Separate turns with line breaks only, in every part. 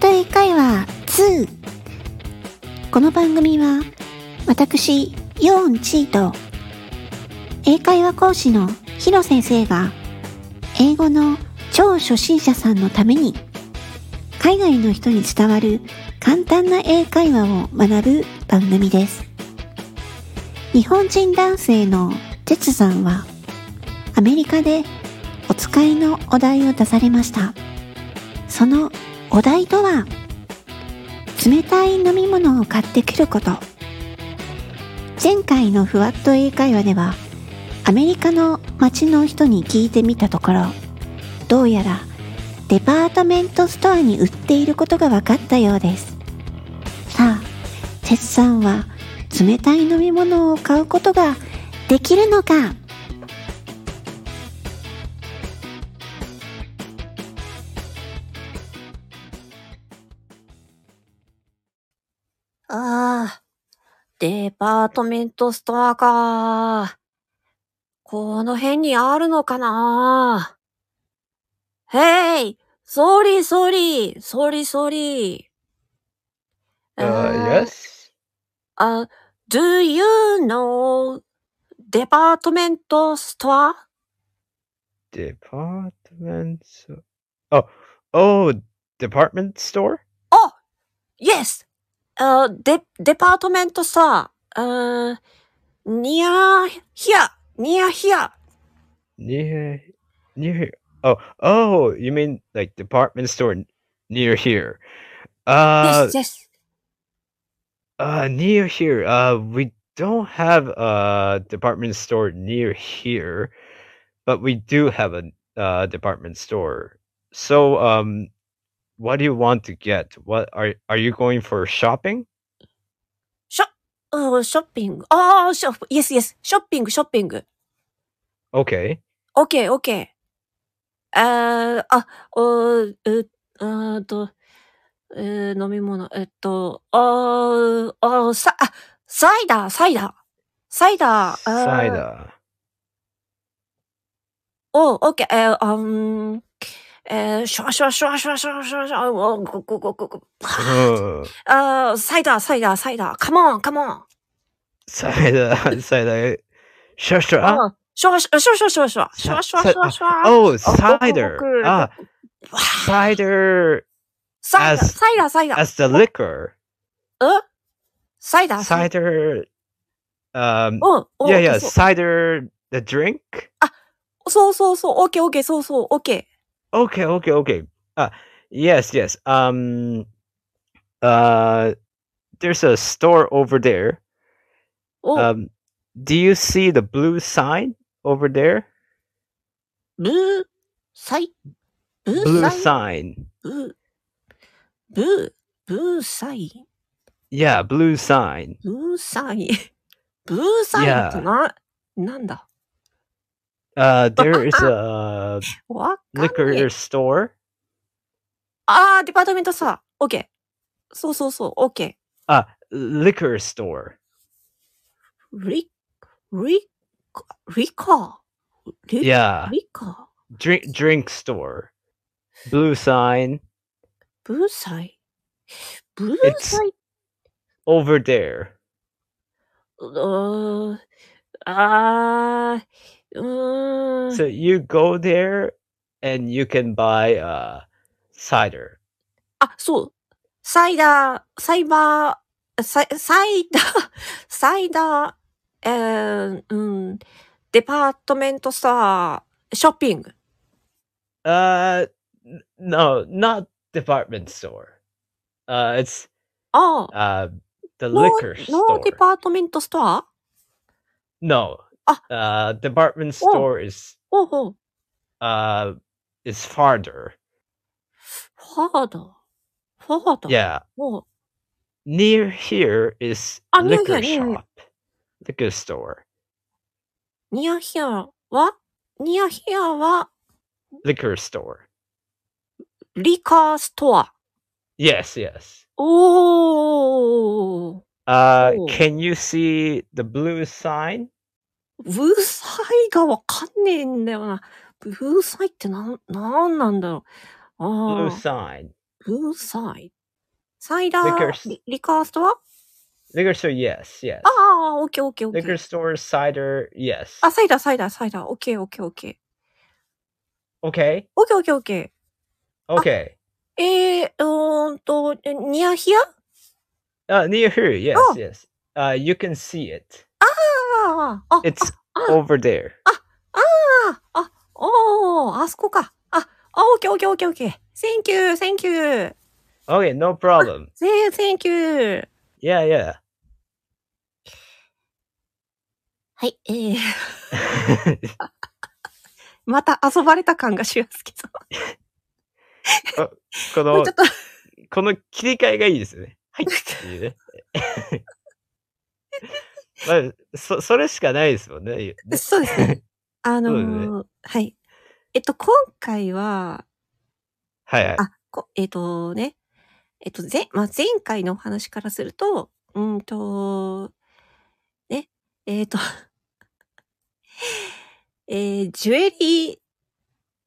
第1回は2この番組は私ヨーンチーと英会話講師のヒロ先生が英語の超初心者さんのために海外の人に伝わる簡単な英会話を学ぶ番組です日本人男性の哲さんはアメリカでお使いのお題を出されましたそのお題とは冷たい飲み物を買ってくること前回のふわっと英会話ではアメリカの街の人に聞いてみたところどうやらデパートメントストアに売っていることが分かったようですさあ哲さんは冷たい飲み物を買うことができるのか
ああ、デパートメントストアか。この辺にあるのかな。Hey! Sorry, sorry, sorry, sorry.
Uh, yes.
Uh, do you know department store?
Department. s- Oh, oh, department store.
Oh, yes. Uh, de department store. Uh, near here, near here.
Near, near here. Oh, oh, you mean like department store n- near here? Uh,
yes, yes.
uh, near here. Uh, we don't have a department store near here, but we do have a uh, department store. So, um, what do you want to get? What are are you going for shopping?
うんショッピング。ああ、ショップ、イエスイエス。ショッピング、ショッピング。
Okay.
オッケー、オッケー。あー、あ、おー、う、うーんと、えー飲み物、えっと、あー、あー、さ、あ、サイダー、サイダー。サイダー、あー
Cider.
おう、オッケー、えー、あーん、えー、シュワシュワシュワシュワシュワシュワシュワ、おー、ごごごごご。
Oh,
あー、サイダー、サイダー、サイダー。カモン、カモン。
cider, cider. Sure, sure.
う
Ah,
んシュワシュワシュワシュワシュワシュワシュワシュワシュワ。
oh,
あ
cider.
ごごごご
Ah,
わ
cider
サイダー、
As-
サイダー、サイダー。
as the liquor.
うんサイダー、イ
Cider. Um.
ダー。うん、うん
Yeah, yeah.
そう
Cider. The drink.
そうそうそう、オッケー、オッケー、そうそう、オッケ
Okay, okay, okay. Uh, yes, yes. Um. Uh, there's a store over
ー。
there.
お、
Um, do you see the blue sign over there?
ブー、サイ、ブー
Blue
サイ、
sign.
ブー、ブー、ブーサイ、
Yeah, blue sign.
ブーサイ、 ブーサイってな、なんだ
Uh, there is a
わかんね
liquor
え。
store.
あー、デパートメントさ、オッケー。そうそうそう、オッケ
Uh, liquor store.
ー。リ、リ、リカー。リ、
Yeah.
リカー。
Drink drink store. Blue sign
ブーサイ。ブー
It's-
サイ
over there.
うーんあー、うーん。
So you go there and you can buy uh cider.
あ、そう。サイダー、サイバー、サイサイダー、 サイダー、えー、うん、デパートメントストア、ショッピング。
Uh n- no, not department store. Uh it's
ああ、
uh the
ノ
liquor
ー、ノ
store.
ーデパートメントストア
No.
Ah.
Uh department store is
おうおう、
uh is farther.
ファード、ファード。
Yeah.
おう
near here is
Ah, near
liquor
here, near here.
shop, liquor store,
ニアヒアはニアヒアは
liquor store.
リカーストア。
Yes, yes.
おー、
Uh,
Oh.
can you see the blue sign?
ブーサイがわかんねえんだよな。ブーサイってなん、なんなんだろう。ああ。
Blue sign.
Blue side. サイダー
Liquor、
リリカーストは
Liquor store, yes, yes.
ああ、オッケーオッケーオッケ
Liquor
ー。
store, cider, yes.
あ、サイダー、サイダー、サイダー。オッケーオッケーオッケー。
Okay,
オッケーオッケーオッケ ah.
okay.
ー。えー、うーんと、ニアヒア
Uh, near here, yes,
Oh.
yes. Uh, you can see it.
ああ、あ、
It's
ah.
over there.
ああ、あ、おー、あそこか。あ、あ、オッケーオッケーオッケーオッケー。Thank you, thank you.
Okay, no problem.
Say thank you.
Yeah, yeah.
はい、えー、 また遊ばれた感がしますけど。も
この
うちょっ、と、
この切り替えがいいですよね。はいっていうね。 まあ、そ、それしかないですもんね。ね
そうですね。あのー
そ
はい。えっと、今回は、
はいはい。
あ、こえっとね、えっと、前、まあ、前回のお話からすると、うんと、ね、えっと、 えージュエリ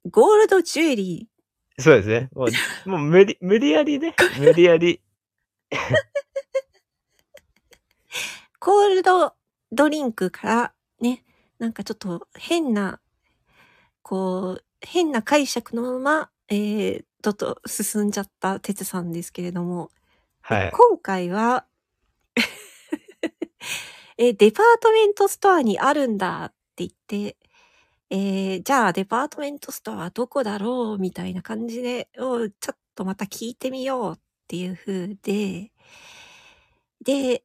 ー、ゴールドジュエリ
そうですね。も う、もう無理、無理やりね。無理やり。
ー、ゴールドドリンクから、ね、なんかちょっと変な、こう、変な解釈のまま、えー、ちょっと進んじゃった哲さんですけれども、
はい。
今回は、 え、デパートメントストアにあるんだって言って、えーじゃあデパートメントストアはどこだろうみたいな感じで、をちょっとまた聞いてみようっていう風で、で、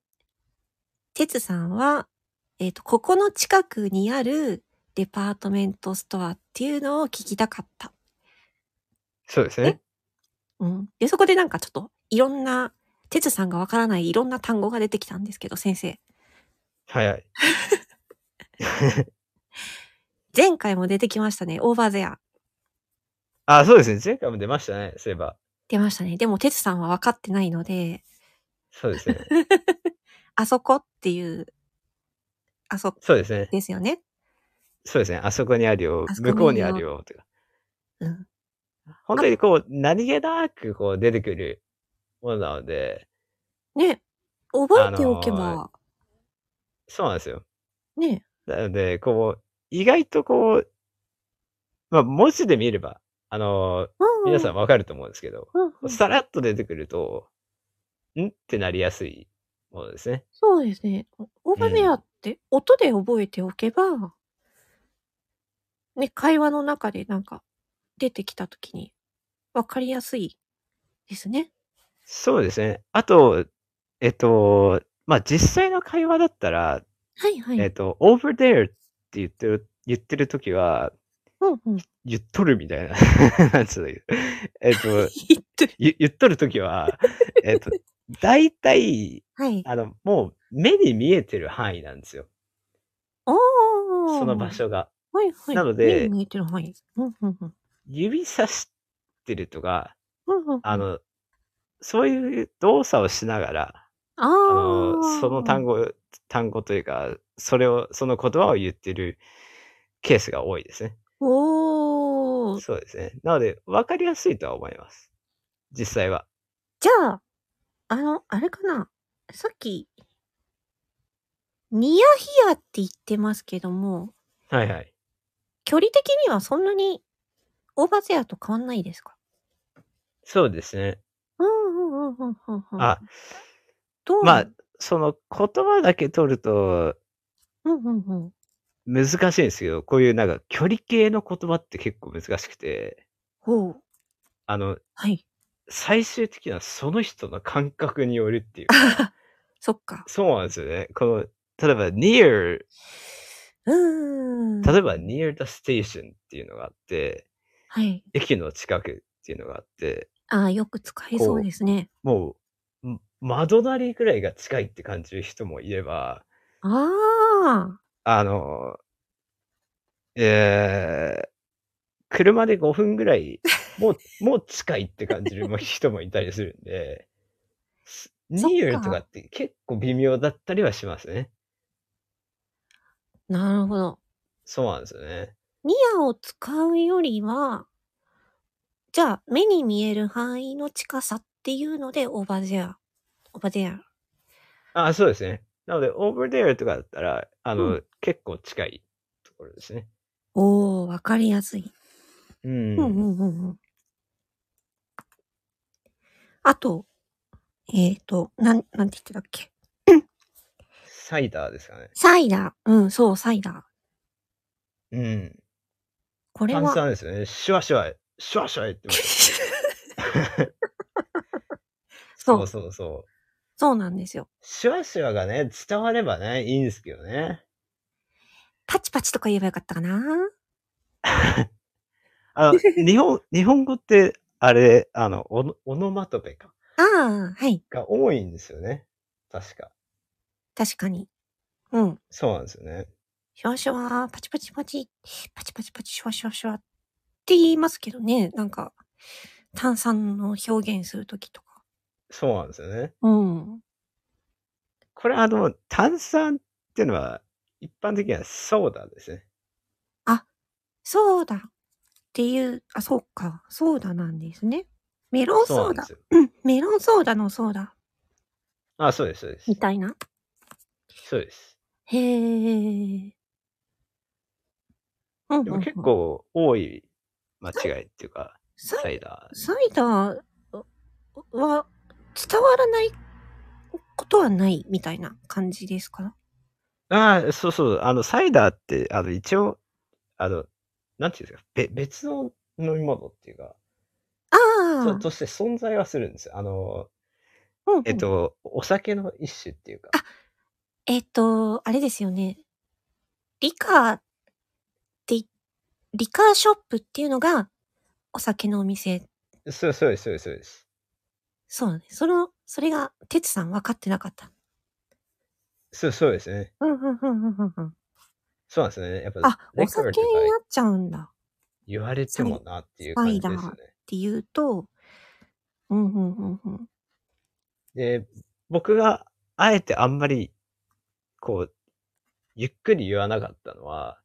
てつさんは、えっ、と、ここの近くにあるデパートメントストアっていうのを聞きたかった。
そうですね。
うん。で、そこでなんかちょっといろんな、てつさんがわからないいろんな単語が出てきたんですけど、先生。
はいはい。
前回も出てきましたね。オーバーゼア。
あ、そうですね。前回も出ましたね。そういえば。
出ましたね。でも、てつさんは分かってないので、
そう ですね。
あそこっていう、あそこ
そうですね。
ですよね。
そうですね。あそこにあるよ
あ。そこに
向こうにあるよ。とか
うん。
本当にこう、何気なくこう出てくるものなので、
ね。覚えておけば、
あのそうなんですよ。
ね。
なので、こう、意外とこう、まあ、文字で見れば、あの、
う
皆さんわかると思うんですけど、
うんうん
さらっと出てくると、んってなりやすいものですね。
そうですね。オーバーゼアって、音で覚えておけば、ね、会話の中でなんか、出てきたときに、分かりやすいですね。
そうですね。あと、えっと、まあ、実際の会話だったら、
はいはい。
えっと、over there って言ってる、言ってるときは、
うんうん。
言っとるみたいな。なん つうのえっと、
言ってる。
ゆ言っとるときは、 えっと、大体、
はい。
あの、もう目に見えてる範囲なんですよ。
おー。
その場。所が。
はいはい。
なので
目に見えてる範囲。うんうんうん。
指さしてるとか、
うんうんうん
あの、そういう動作をしながら、
あ
あ
の
の、その単
語。
語、単語というか、それを、その言葉を言ってるケースが多いですね。
おー
そうですね。なので、わかりやすいとは思います。実際は。
じゃあ、あの、あれかな。さっき、ニヤヒヤって言ってますけども、
はいはい。
距離的にはそんなにオーバーゼアと変わんないですか
そうですね。
うんうんうんうんうんうん。
あ、
どう
まあ、その言葉だけ取ると
うんうんうん。
難しいんですけど、こういうなんか距離系の言葉って結構難しくて、
ほう。
あの、
はい。
最終的にはその人の感覚による っていう。
そっか。
そうなんですよね。この、例えば near、
うーん。
例えば near the station っていうのがあって、
はい。
駅の近くっていうのがあって、
ああ、よく使えそうですね。
もう、ん窓なりぐらいが近いって感じる人もいれば、
ああ。
あの、えー、車で5分ぐら い、もう、もう近いって感じる人もいたりするんで、す
そっか
near とかって結構微妙だったりはしますね。
なるほど。
そうなんですよね。
ニアを使うよりは、じゃあ、目に見える範囲の近さっていうので、オーバーゼア。オーバーゼア。
あ、そうですね。なので、over there とかだったら、あの、結構近いところですね。
おー、わかりやすい。
うん。
うんうんうんうん。あと、えっ、と、なん、なんて言ってたっけ
サイダーですかね。
サイダー。うん、そう、サイダー。
うん。
これ
炭
は、
酸ですよね。シュワシュワ、シュワシュワ言ってます。
そう
そうそうそう。
そうなんですよ。
シュワシュワがね、伝わればね、いいんですけどね。
パチパチとか言えばよかったかな
あの、日本、日本語って、あれ、あの、オノオノマトペか。
ああ、はい。
が多いんですよね。確か。
確かに。うん。
そうなんですよね。
シュワシュワ、パチパチパチ、パチパチパチ、シュワシュワシュワって言いますけどね。なんか、炭酸の表現するときとか。
そうなんですよね。
うん。
これ、あの、炭酸っていうのは、一般的にはソーダですね。
そうだっていう、あ、そうか。ソーダなんですね。メロンソ
そう
ー
なん
ダ
です。よ。
うん。メロンソーダのソーダ
あ、そうです、そうです
み。たいな。
そうです。
へえ。うん、
で
う
も
ん。
結。構多い間違いっていうか、
サ
サ
イ
イダー。
サイダーは伝わらないことはないみたいな感じですか
ああ、そうそう。あの、サイダーって、あの、一応、あの、なんていうんですか、べ別の飲み物っていうか、
あ
そ
あ
う。として存在はするんですよ。あの、
うんうん
えっと、お酒の一種っていうか。
えっと、あれですよね。リカーってい、リカーショップっていうのがお酒のお店。
そうそうです、そうです、そうです。
そうだね。その、それが、てつさん分かってなかった。
そうそうですね。
うんうんうんうんうんうん。
そうなんですね。やっぱ、
あ、
レ
お
コー
酒
ド
に
と
な
か
っちゃうんだっ
言われてもなっていう感じですよね。
ていうと、うんうんうんうん。
で、僕があえてあんまり、こう、ゆっくり言わなかったのは、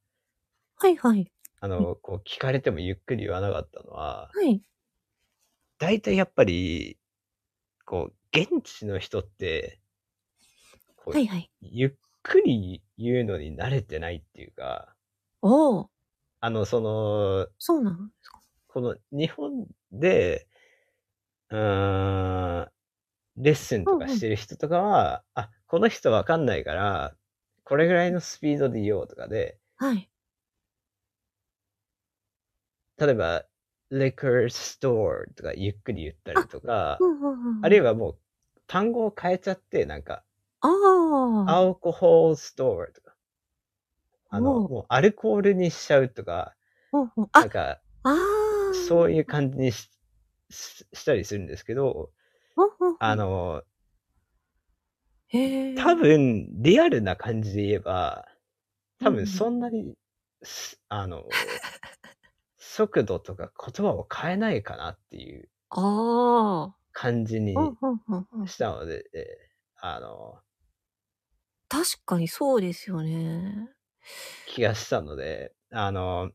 はいはい。
あの、こう聞かれてもゆっくり言わなかったのは、
はい。
大体やっぱり、こう、現地の人って、こ
は
う
い、はい。
ゆっくり言うのに慣れてないっていうか、
おお、
あの、その、
そうなの
この日本で、うーん、レッスンとかしてる人とかは、あ、この人わかんないから、これぐらいのスピードで言おうとかで、
はい。
例えば、liquor store とかゆっくり言ったりとか、
うんうんうん。
あるい
は。
はもう単語を変えちゃって、なんか、
あ
アルコールストアとか、あの、
おう
もうアルコールにしちゃうとか、
あ。うんうんあ
なん、か、
ああ。
そういう感じにしししたりするんですけど、
うんうんうん。
あの、
へえ。
多分、リアルな感じで言えば、多分そんなに、すあの、速度とか言葉を変えないかなっていう
ああ。
感じに
うんうんうんうん。
したので、えあの、
確かにそうですよね。
気がしたので、あの、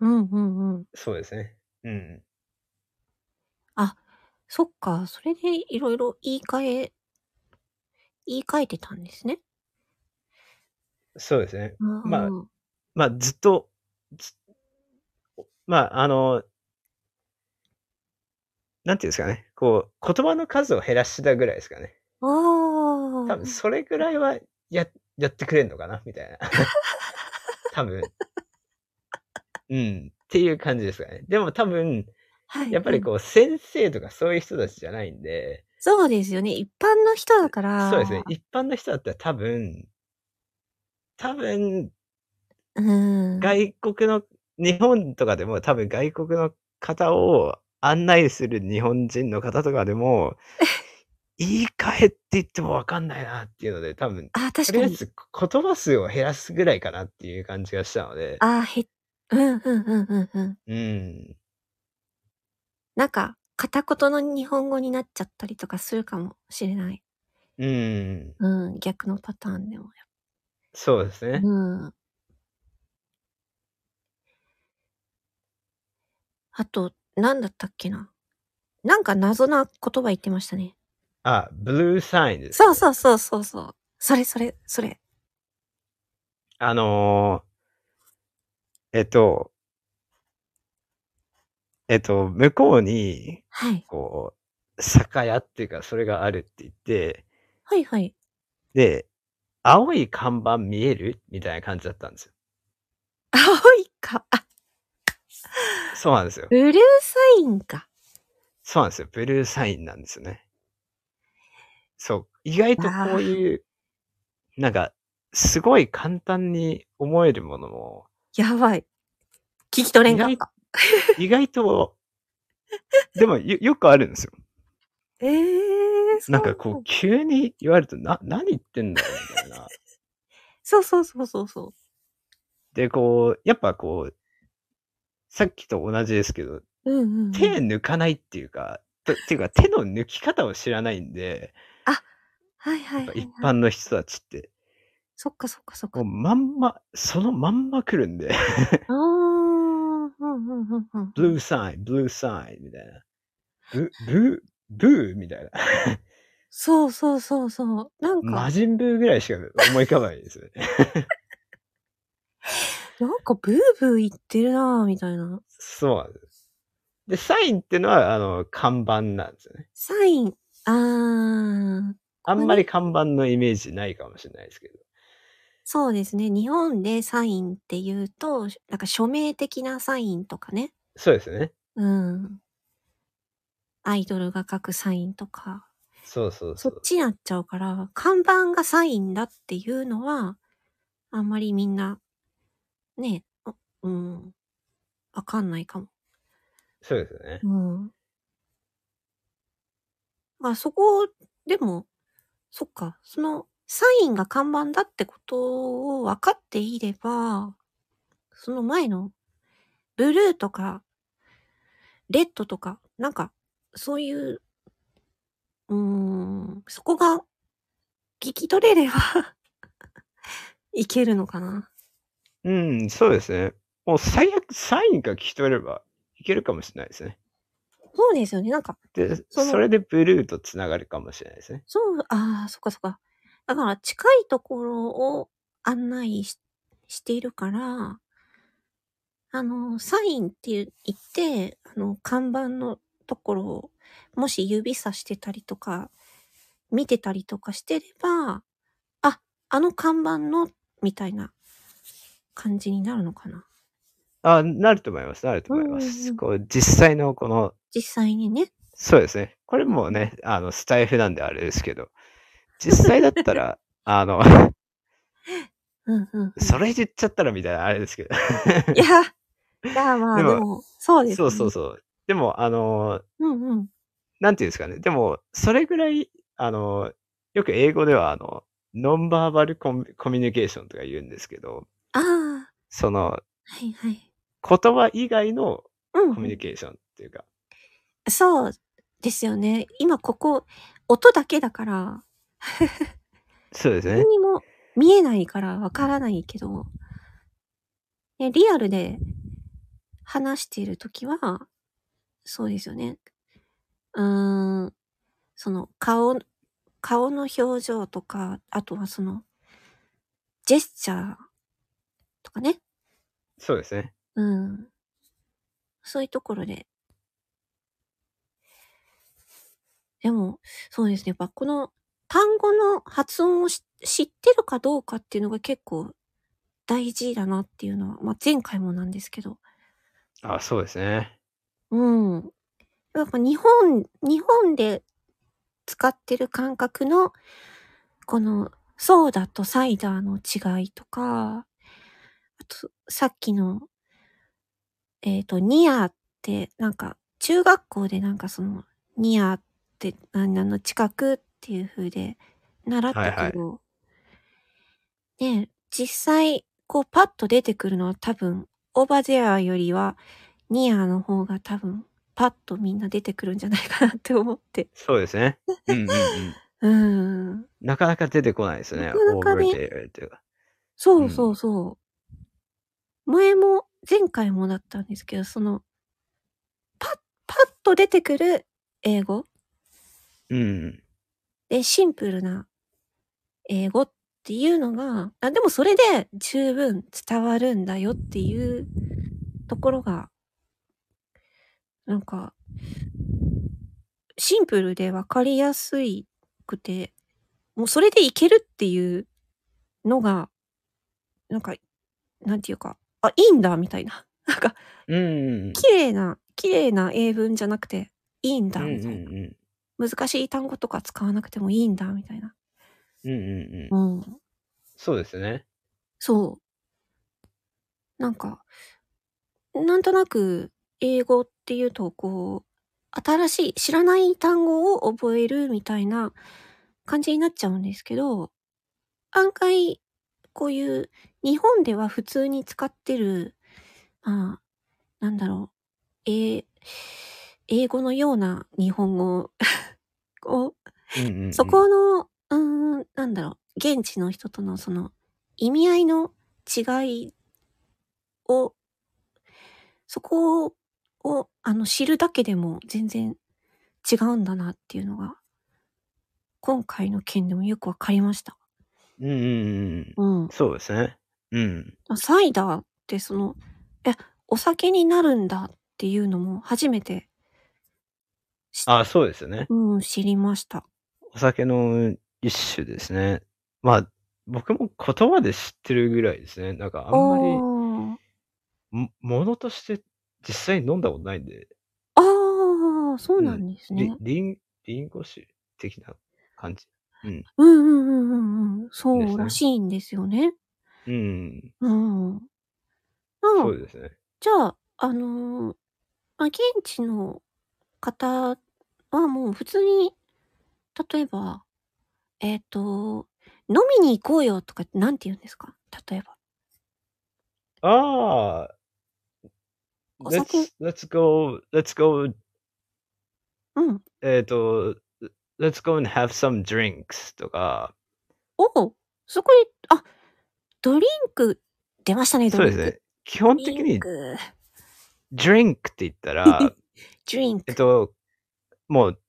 うんうんうん。
そうですね。うん。
あ、そっか。それでいろいろ言い換え、言い換えてたんですね。
そうですね。ま
ま
あまあ、ずっと、ずまあ、あの、なんていうんですかね。こう、言葉の数を減らしたぐらいですかね。
あー。
多分、それぐらいはや、やってくれんのかなみたいな。多分。うん。っていう感じですかね。でも多分、
はい
やっぱりこう、先生とかそういう人たちじゃないんで、
そうですよね。一般の人だから。
そうですね。。一般の人だったら多分、多分、
うん。
外国の、日本とかでも多分外国の方を案内する日本人の方とかでも、言い換えって言ってもわかんないなっていうので、多分、
あ、
と
確
りあ
か
え
に。
ず言葉数を減らすぐらいかなっていう感じがしたので、
あー、へ、うんうんうんうんうん。
うん。
なんか、片言の日本語になっちゃったりとかするかもしれない。
うん。
うん、逆のパターンでも。
そうですね。
うん。あと、なんだったっけな。なんか謎な言葉言ってましたね。
あ、ブルーサインです。
そうそうそうそうそう。それそれ、それ。
あのーえっと、えっと、向こうに、
はい。
こう、酒屋っていうか、それがあるって言って、
はいはい。
で、青い看板見えるみたいな感じだったんですよ。
青いか。あ、
そうなんですよ。
ブルーサインか。
そうなんですよ。ブルーサインなんですよね。そう。意外とこういう、なんか、すごい簡単に思えるものも、
やばい。聞き取れんかっ
意
た。
意外と、でもよよくあるんですよ。
えー、そう
なんかこう、急に言われると、な、何言ってんだよ、みたいな。
そうそうそうそうそう。
で、こう、やっぱこう、さっきと同じですけど、
うんうんうん。
手抜かないっていうか、とっていうか手の抜き方を知らないんで、
はいはい
やっ
は
ぱ
い、
一
はい。
般の人たちって、
そっかそっかそっか。
もう
あ
まんま、そのまんま来るんで、
ーうんうんうんうん
ブルーサイン、ブルーサイン、みたいな。ブ、ブ、ブーみたいな。
そうそうそうそう。なん か、
魔人ブーぐらいしか思い浮かばないですよね。
なんかブーブー言ってるなぁ、みたいな。
そうなんです。で、サインってのは、あの、看板なんですよね。
サイン、あー、
あんまり看板のイメージないかもしれないですけど。
そうですね。日本でサインって言うと、なんか署名的なサインとかね。
そうですね。
うん。アイドルが書くサインとか、
そうそうそ
そっ
う。
ちになっちゃうから、看板がサインだっていうのは、あんまりみんな、ね、あうん、わかんないかも。
そうですよね。
うん。まあそこ、でも、そっか、その、サインが看板だってことを分かっていれば、その前の、ブルーとか、レッドとか、なんか、そういう、うーん、そこが、聞き取れれば、いけるのかな。
うん、そうですね。もう最悪サインが聞き取れればいけるかもしれないですね。
そうですよね。なんか、
で、
その
それでブルーとつながるかもしれないですね。
そう、ああ、そっかそっか。だから近いところを案内ししているから、あの、サインっていう言って、あの、看板のところを、もし指さしてたりとか、見てたりとかしてれば、あ、あの看板の、みたいな感じになるのかな。
あ、なると思います。なると思いま
うんうんう
す。
ん
こう、実際のこの、
実際にね。
そうですね。これもうね、あの、スタイフなんであれですけど、実際だったら、 あの、
うんうんうん。
それ言っちゃったらみたいなあれですけど。
いや、いやまあで
で
も、
も
そうです、ね。
そうそうそう。でも、あの、
うんうん。
なんていうんですかね。でも、それぐらい、あの、よく英語では、あの、ノンバーバルコミコミュニケーションとか言うんですけど、
ああ、
その、
はいはい。
言葉以外の
うん、う
コミュ
ん
ニ。ケーションっていうか、
そうですよね。今ここ、音だけだから、
そうですね
何。にも見えないからわからないけど、ね、リアルで話しているときは、そうですよね。うーん、その顔、顔の表情とか、あとはその、ジェスチャーとかね。
そうですね。
うん。そういうところで。でも、そうですね。やっぱこの単語の発音をし知ってるかどうかっていうのが結構大事だなっていうのは、まあ前回もなんですけど。
あ、そうですね。
うん。やっぱ日本、日本で使ってる感覚の、この、ソーダとサイダーの違いとか、あと、さっきの、えっ、と、ニアって、なんか、中学校でなんかその、ニアって、あんなの近くっていう風で習ったけど、ねえ実際、こう、パッと出てくるのは多分、オーバーゼアよりは、ニアの方が多分、パッとみんな出てくるんじゃないかなって思って。
そうです ね。うんうんうん。
うーん。
なかなか出てこないですね。
なかなかね
オーブルでっていうか。
そうそうそう。前も、前回もだったんですけど、その、と出てくる英語
うん。
で、シンプルな英語っていうのが、あでもそれで十分伝わるんだよっていうところが、なんか、シンプルでわかりやすいくて、もうそれでいけるっていうのが、なんか、なんていうか、あ、いいんだみたいな。 なんか、
うん。
綺麗な、綺麗な英文じゃなくて、いいんだ
うんう
み
ん
たいな。
うん
難しい単語とか使わなくてもいいんだみたいな。
うんうんうん。
うん。
そうですね。
そう。なんか、なんとなく英語っていうとこう、新しい、知らない単語を覚えるみたいな感じになっちゃうんですけど、案外、こういう日本では普通に使ってる、まあ、なんだろう、英英語のような日本語を
うんうんうん
そこの、うーん、なんだろう、現地の人とのその意味合いの違いを、そこを、あの、知るだけでも全然違うんだなっていうのが、今回の件でもよくわかりました。
うんうんうん。
うん。
そうですね。うん。
あサイダーってその、え、お酒になるんだっていうのも初めて、
あ、そうですね。
うん、知りました。
お酒の一種ですね。まあ、僕も言葉で知ってるぐらいですね。なんかあんまり
まり。
も、ものとして実際飲んだことないんで、
あーあー、そうなんですね。
り、りん、りんご酒的な感じ。
うんうんうんうんうん。そ
です
う
ね
らしいんですよね。
うん。
うん。あ
そうですね。
じゃあ、あのーまあ、現地の方はもう普通に、例えば、えっ、と、飲みに行こうよとかってなんて言うんですか例えば。
ああ、
お酒
let's, let's go, let's go,
うん。
えっ、と、let's go and have some drinks とか、
おうそこで、あ、ドリンク、出ましたね、
そ
ド
う
リ
で
ン
す
ク。
ね。基本
ド
的
リン
に
ク、
drink って言ったら、
ドリン
えっ
ク。
と、もう、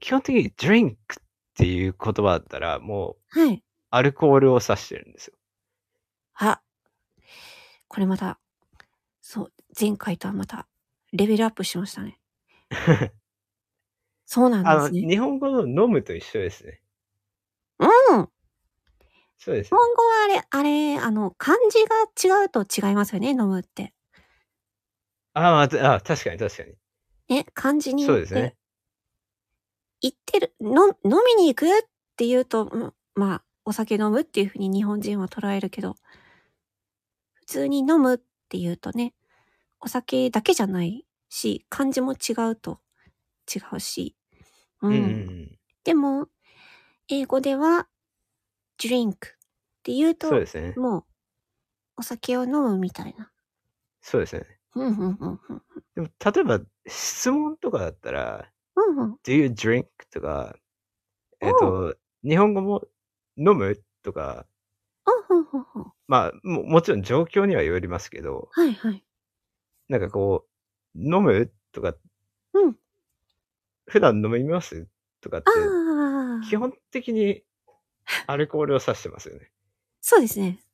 基本的に drink っていう言葉だったら、もう
はい。
アルコールを指してるんですよ。
あ、これまた、そう、前回とはまた、レベルアップしました ね。そう
あ
なんで
の、
すね。
日本語の飲むと一緒ですね。
うん。
そうです
今
ね。
後はあれ、あれ、あの、漢字が違うと違いますよね、飲むって。
あ、まあ、あ確かに確か
ね、漢字
に。
に。
そうですね。。
行ってる、の、飲みに行くって言うと、うんまあ、お酒飲むっていうふうに日本人は捉えるけど、普通に飲むって言うとね、お酒だけじゃないし、漢字も違うと違うし。
う
うん
うんん。
でも、英語では、ドリンクって言う
そう
と
で、すね。
もう、お酒を飲むみたいな。
そうですね。
うんうんうんうん。
でも、例えば、質問とかだったら、
うんうん。
do you drink? とか、えっ、
お
と、日本語も飲むとか、
うんうんうんうん。
まあも、もちろん状況にはよりますけど、
はいはい。
なんかこう、飲むとか、
うん。
普段飲みますとかって、
あ
基
あ。
本的にアルコールを指してますよね。
そうですね。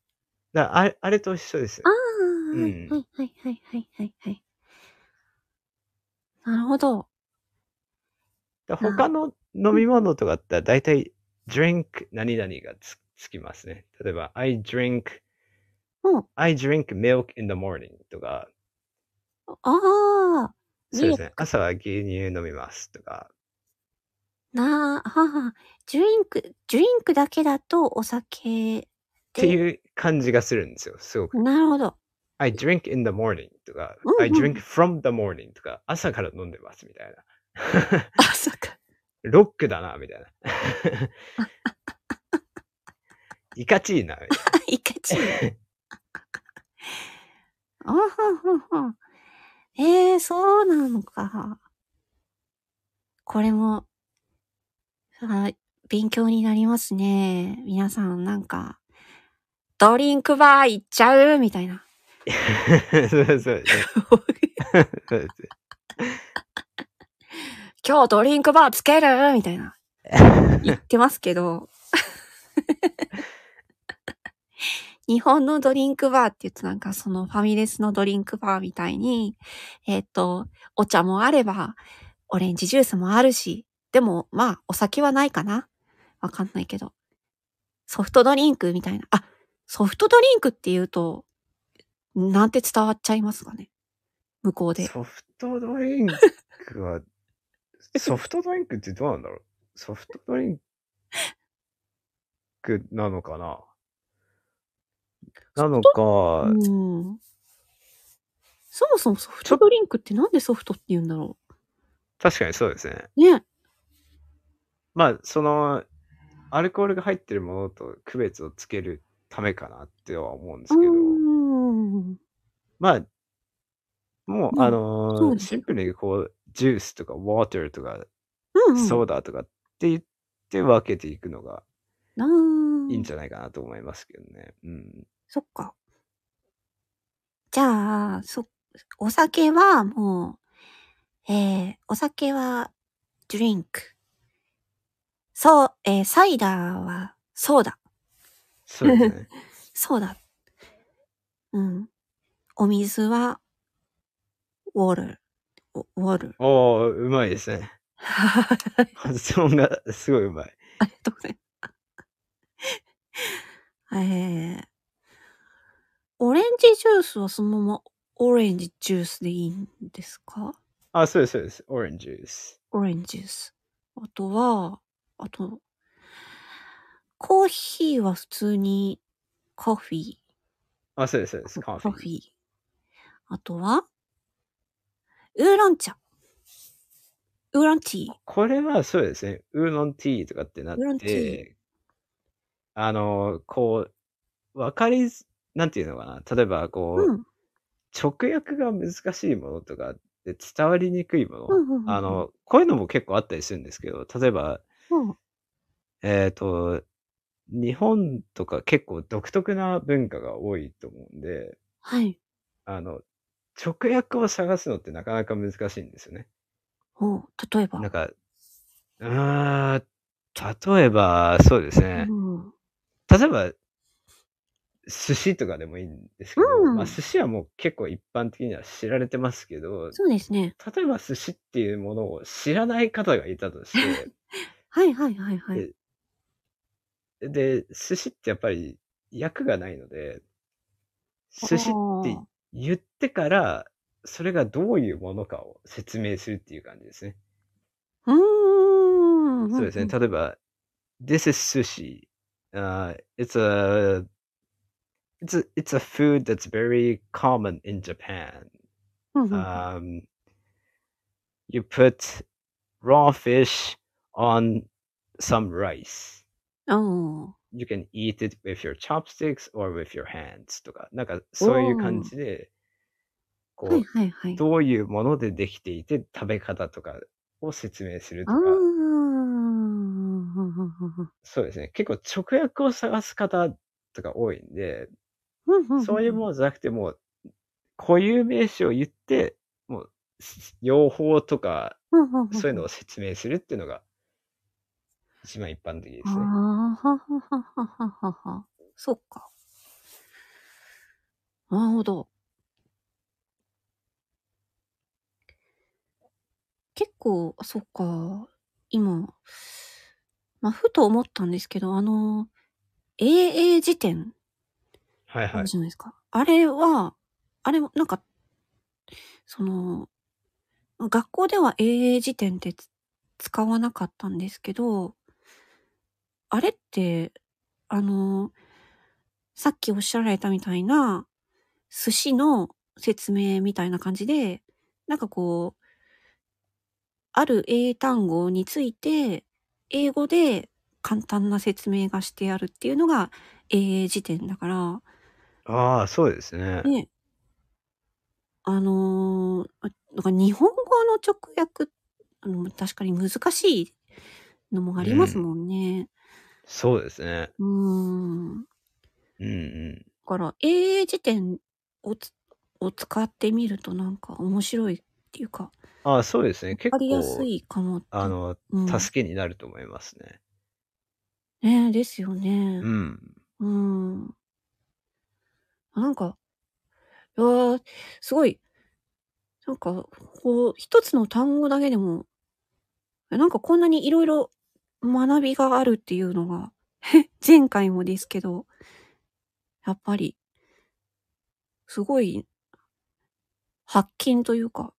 だからあれ、あれと一緒ですよ
ああ。。
う
は
ん
いはいはいはいはいはい。なるほど。
だから他の飲み物とかだったら大体 drink 何々がつつきますね。例えば I drink,
うん。
I drink milk in the morning とか、
ああ。
そうで
ミ
すね
ル。ク
朝は牛乳飲みますとか。
なあ、はは。ドリンク、ドリンクだけだとお酒
って
で。
いう感じがするんですよ、すごく。
なるほど。
I drink in the morning とか、
うんうん
I drink from the morning とか、朝から飲んでますみたいな。
あ、そっか。
ロックだな、みたいな。 いかちいな、み
あいかちい
た。いな。
あははは。ええそうなのか。これも、あ勉強になりますね。皆さん、なんか、ドリンクバー行っちゃうみたいな。
そうそうですね。そうですね
今日ドリンクバーつけるみたいな。言ってますけど。日本のドリンクバーって言うとなんかそのファミレスのドリンクバーみたいに、えっ、と、お茶もあれば、オレンジジュースもあるし、でもまあお酒はないかなわかんないけど。ソフトドリンクみたいな。あ、ソフトドリンクって言うと、なんて伝わっちゃいますかね向こうで。
ソフトドリンクは、ソフトドリンクってどうなんだろうソフトドリンクなのかななのか、
うん。そもそもソフトドリンクってなんでソフトって言うんだろ
確かにそうですね。
うね。
まあ、その、アルコールが入ってるものと区別をつけるためかなっては思うんですけど、
うん。
まあ、も
うん
う、あ
そう
のー
です
シンプルにこう、ジュースとか、ウォーターとか、
うん。
ソ
う
ーダとかって言って分けていくの
ん。
が
あー
いいんじゃないかなと思いますけどね。うん。
そっか。じゃあ、そ、お酒はもう、えー、お酒は、ドリンク。そう、えー、サイダーは、ソーダ。
そうですね。
ソーダ。うん。お水は、ウォール。ウォール。
おー、うまいですね。発音がすごいうまい。
ありがとうございます。えー、オレンジジュースはそのままオレンジジュースでいいんですか
あ、そうです、そうです。オレンジジュース。
オレンジジュース。あとは、あと、コーヒーは普通にコーヒ
あ、そうです、そうです。
ー。
カーフィー。
ー。あとは、ウーロン茶。ウーロンティー。
これはそうですね。ウーロンティーとかってな
ウーロン
っ
ティ
て、あの、こう、わかりず、なんていうのかな。例えば、こう、
うん。
直訳が難しいものとかで伝わりにくいもの、
うんうんうんうん
あの、こういうのも結構あったりするんですけど、例えば、
うん。
えっ、と、日本とか結構独特な文化が多いと思うんで、
はい。
あの、直訳を探すのってなかなか難しいんですよね。
おう例えば。
なんか、うーん、例えば、そうですね。
うん
例えば、寿司とかでもいいんですけど、
うん
まあ寿司はもう結構一般的には知られてますけど、
そうですね。
例えば寿司っていうものを知らない方がいたとして、
はいはいはいはい
で。 で、寿司ってやっぱり役がないので、寿司って言ってから、それがどういうものかを説明するっていう感じですね。
うーん。
そうですね。
ん
例えば、This is sushi. Uh, it's a It's a, it's a food that's very common in Japan.
うんうんうん
Um, you put raw fish on some rice.
うん
You can eat it with your chopsticks or with your hands とか、なんかそういう感じで、こ、
はいうはいはい。
どういうものでできていて食べ方とかを説明すると
あ
か、
あ。
そうですね。結構直訳を探す方とか多いんで、そういうものじゃなくて、もう、固有名詞を言って、もう、用法とか、
の
そういうのを説明するっていうのが、一番一般的ですね。
ああ、はははははは。そっか。なるほど。結構、そっか。今、まあ、ふと思ったんですけど、あの、AA 辞典
はい
あ
はい
る。じゃないですか。あれは、あれも、なんか、その、学校では AA 辞典ってつ使わなかったんですけど、あれって、あの、さっきおっしゃられたみたいな、寿司の説明みたいな感じで、なんかこう、ある英単語について、英語で簡単な説明がしてあるっていうのが AA 辞典だから、
ああ、そうですね。
ね、あのーあなんか日本語の直訳、あの確かに難しいのもありますもんね。
そうですね。
うーん。だ
うんうん。
から、英英辞典をつを使ってみるとなんか面白いっていうか、
あそうですね。結
わかりやす
構、
いかもって。
あの、
うん、
助けになると思いますね。
ねですよね
う。ん。
うん。なんか、いやーすごい、なんか、こう、一つの単語だけでも、なんかこんなにいろいろ学びがあるっていうのが、 前回もですけど、やっぱり、すごい、発見というか、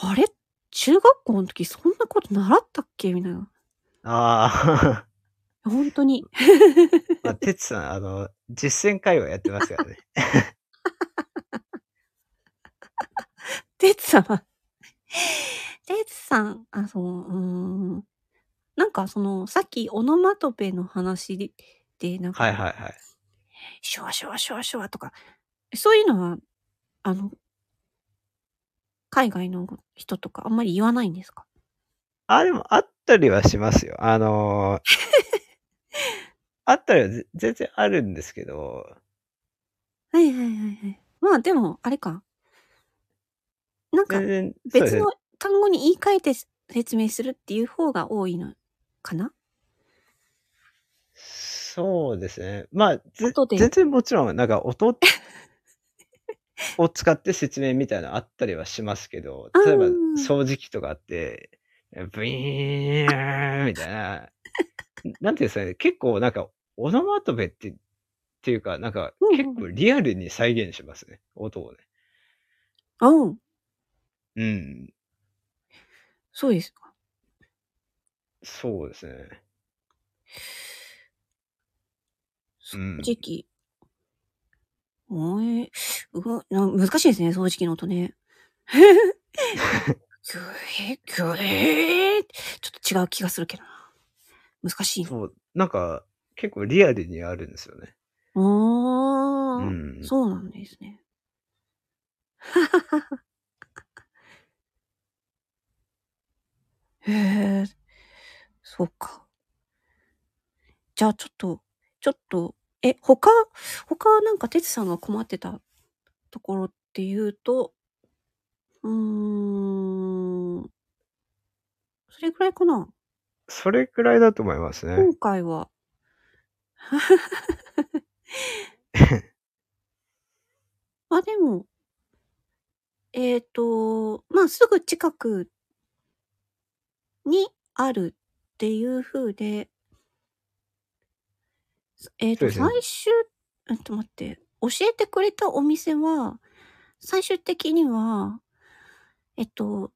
あれ中学校の時そんなこと習ったっけみたいな。
あ あ、
本当に。
まあ、てつさん、あの、実践会話やってますからね。
てつ さんは、てつさん、あ、そう、うーん。なんかその、さっきオノマトペの話で、でなんか、
はいはいはい。
シュワシュワシュワシュワとか、そういうのは、あの、海外の人とかあんまり言わないんですか
あ、でも、あったりはしますよ。あのーあったりはぜ全然あるんですけど、
はいはいはいはい。まあでも、あれか。なんか
全、然、そうで
別
すね
の単語に言い換えて説明するっていう方が多いのかな
そうですね。まあ、ぜ
後で
全然もちろん、なんか音を使って説明みたいなのあったりはしますけど、例えば
あー
掃除機とかあって、ブイーンみた いな、なんていうんですかね、結構なんかオノマトペって、っていうか、なんか
うんうん
結構リアルに再現しますね、音をね。
うん。
うん、
そうですか。
そうですね。うん
掃除機。おい、うわな難しいですね、掃除機の音ね。 ぐえ、ぐえ、ちょっと違う気がするけどな。難しいな。
そう、なんか結構リアルにあるんですよね。
あ
う
ー、
ん。
そうなんですね。 へえ、そうか。じゃあちょっと、ちょっと、え、他、他なんか、てつさんが困ってたところっていうと、うーん、それくらいかな。
それくらいだと思いますね。
今回 は。あ、でも、えっ、と、まあ、すぐ近くにあるっていう風で、えっ、と、
そうですね
最終、えっと、待って、教えてくれたお店は、最終的には、えっと、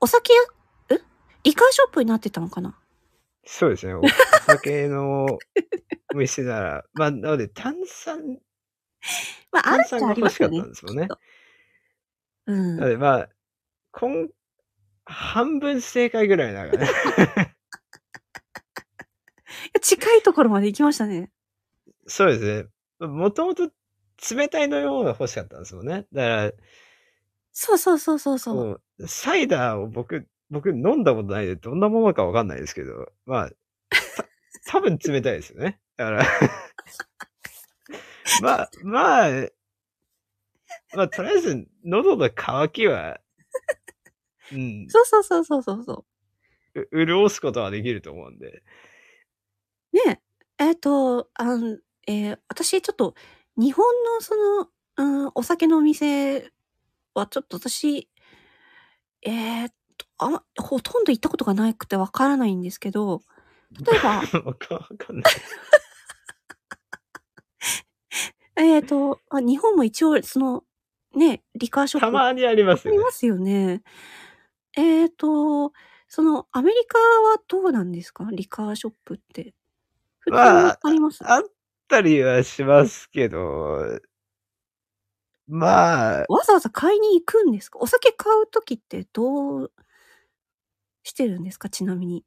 お酒屋、えリカーショップになってたのかな
そうですね。おお酒のお店なら、まあ、なので炭酸、
ま あ、あるっ
炭
ちゃ
酸が
ありま
欲し
す
か
よ
っ
ね。
たんですもんね
きっ。とうん
なの。で、まあ、こん、半分正解ぐらいながら、ね、
近いところまで行きましたね。
そうですね。もともと冷たいのようが欲しかったんですもんね。だから、
そうそうそうそうそう。
こうサイダーを僕、僕飲んだことないで、どんなものかわかんないですけど、まあ、た多分冷たいですよね。だから、 まあ、まあ、まあ、とりあえず、喉の渇きは、うん、
そうそうそうそうそうそう
潤すことはできると思うんで。
う。ねえ。えっ、と、あん、えー私ちょっと、日本のその、うん、お酒のお店はちょっと私、えっ、と、あんま、ほとんど行ったことがなくてわからないんですけど、例えば、
わかわかんない。
えっと、あ日本も一応、その、ね、リカーショッ
た
プ
まにあります
あり
よね
ま。すよね。えっ、と、そのアメリカはどうなんですかリカーショップって。普通に
まあ
あります、
あったりはしますけど、まあ、
わざわざ買いに行くんですかお酒買うときってどうしてるんですかちなみに。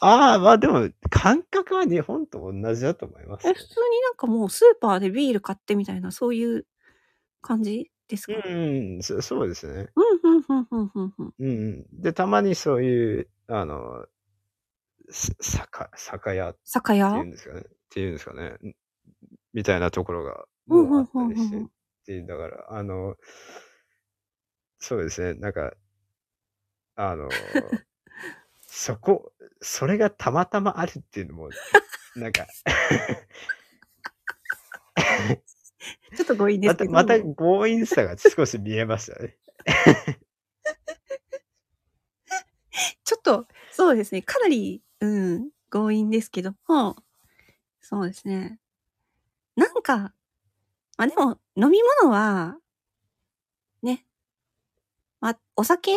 ああ、まあでも、感覚は日本と同じだと思います
え
よ
普通になんかもうスーパーでビール買ってみたいな、そういう感じですか、
ね。うん、そそうですね。
うん、うん、うん、うん、うん、うん。
うんうん。で、たまにそういう、あの、す酒、酒屋って
酒
い
屋
うんですかね。っていうんですかね。んみたいなところが、
うんう
も
ん
うあ
う
っ
ん
た
うん
りし
う
て。っ
ん
ていうだから、あの、そうですね。なんか、あ の、そこ、それがたまたまあるっていうのも、なんか、
ちょっと強引 で
ます
け
た、
ど。
また強引さが少し見えましたね。
ちょっと、そうですね。かなり、うん、強引ですけども、そうですね。なんか、まあでも、飲み物は、ね、まあ、お酒、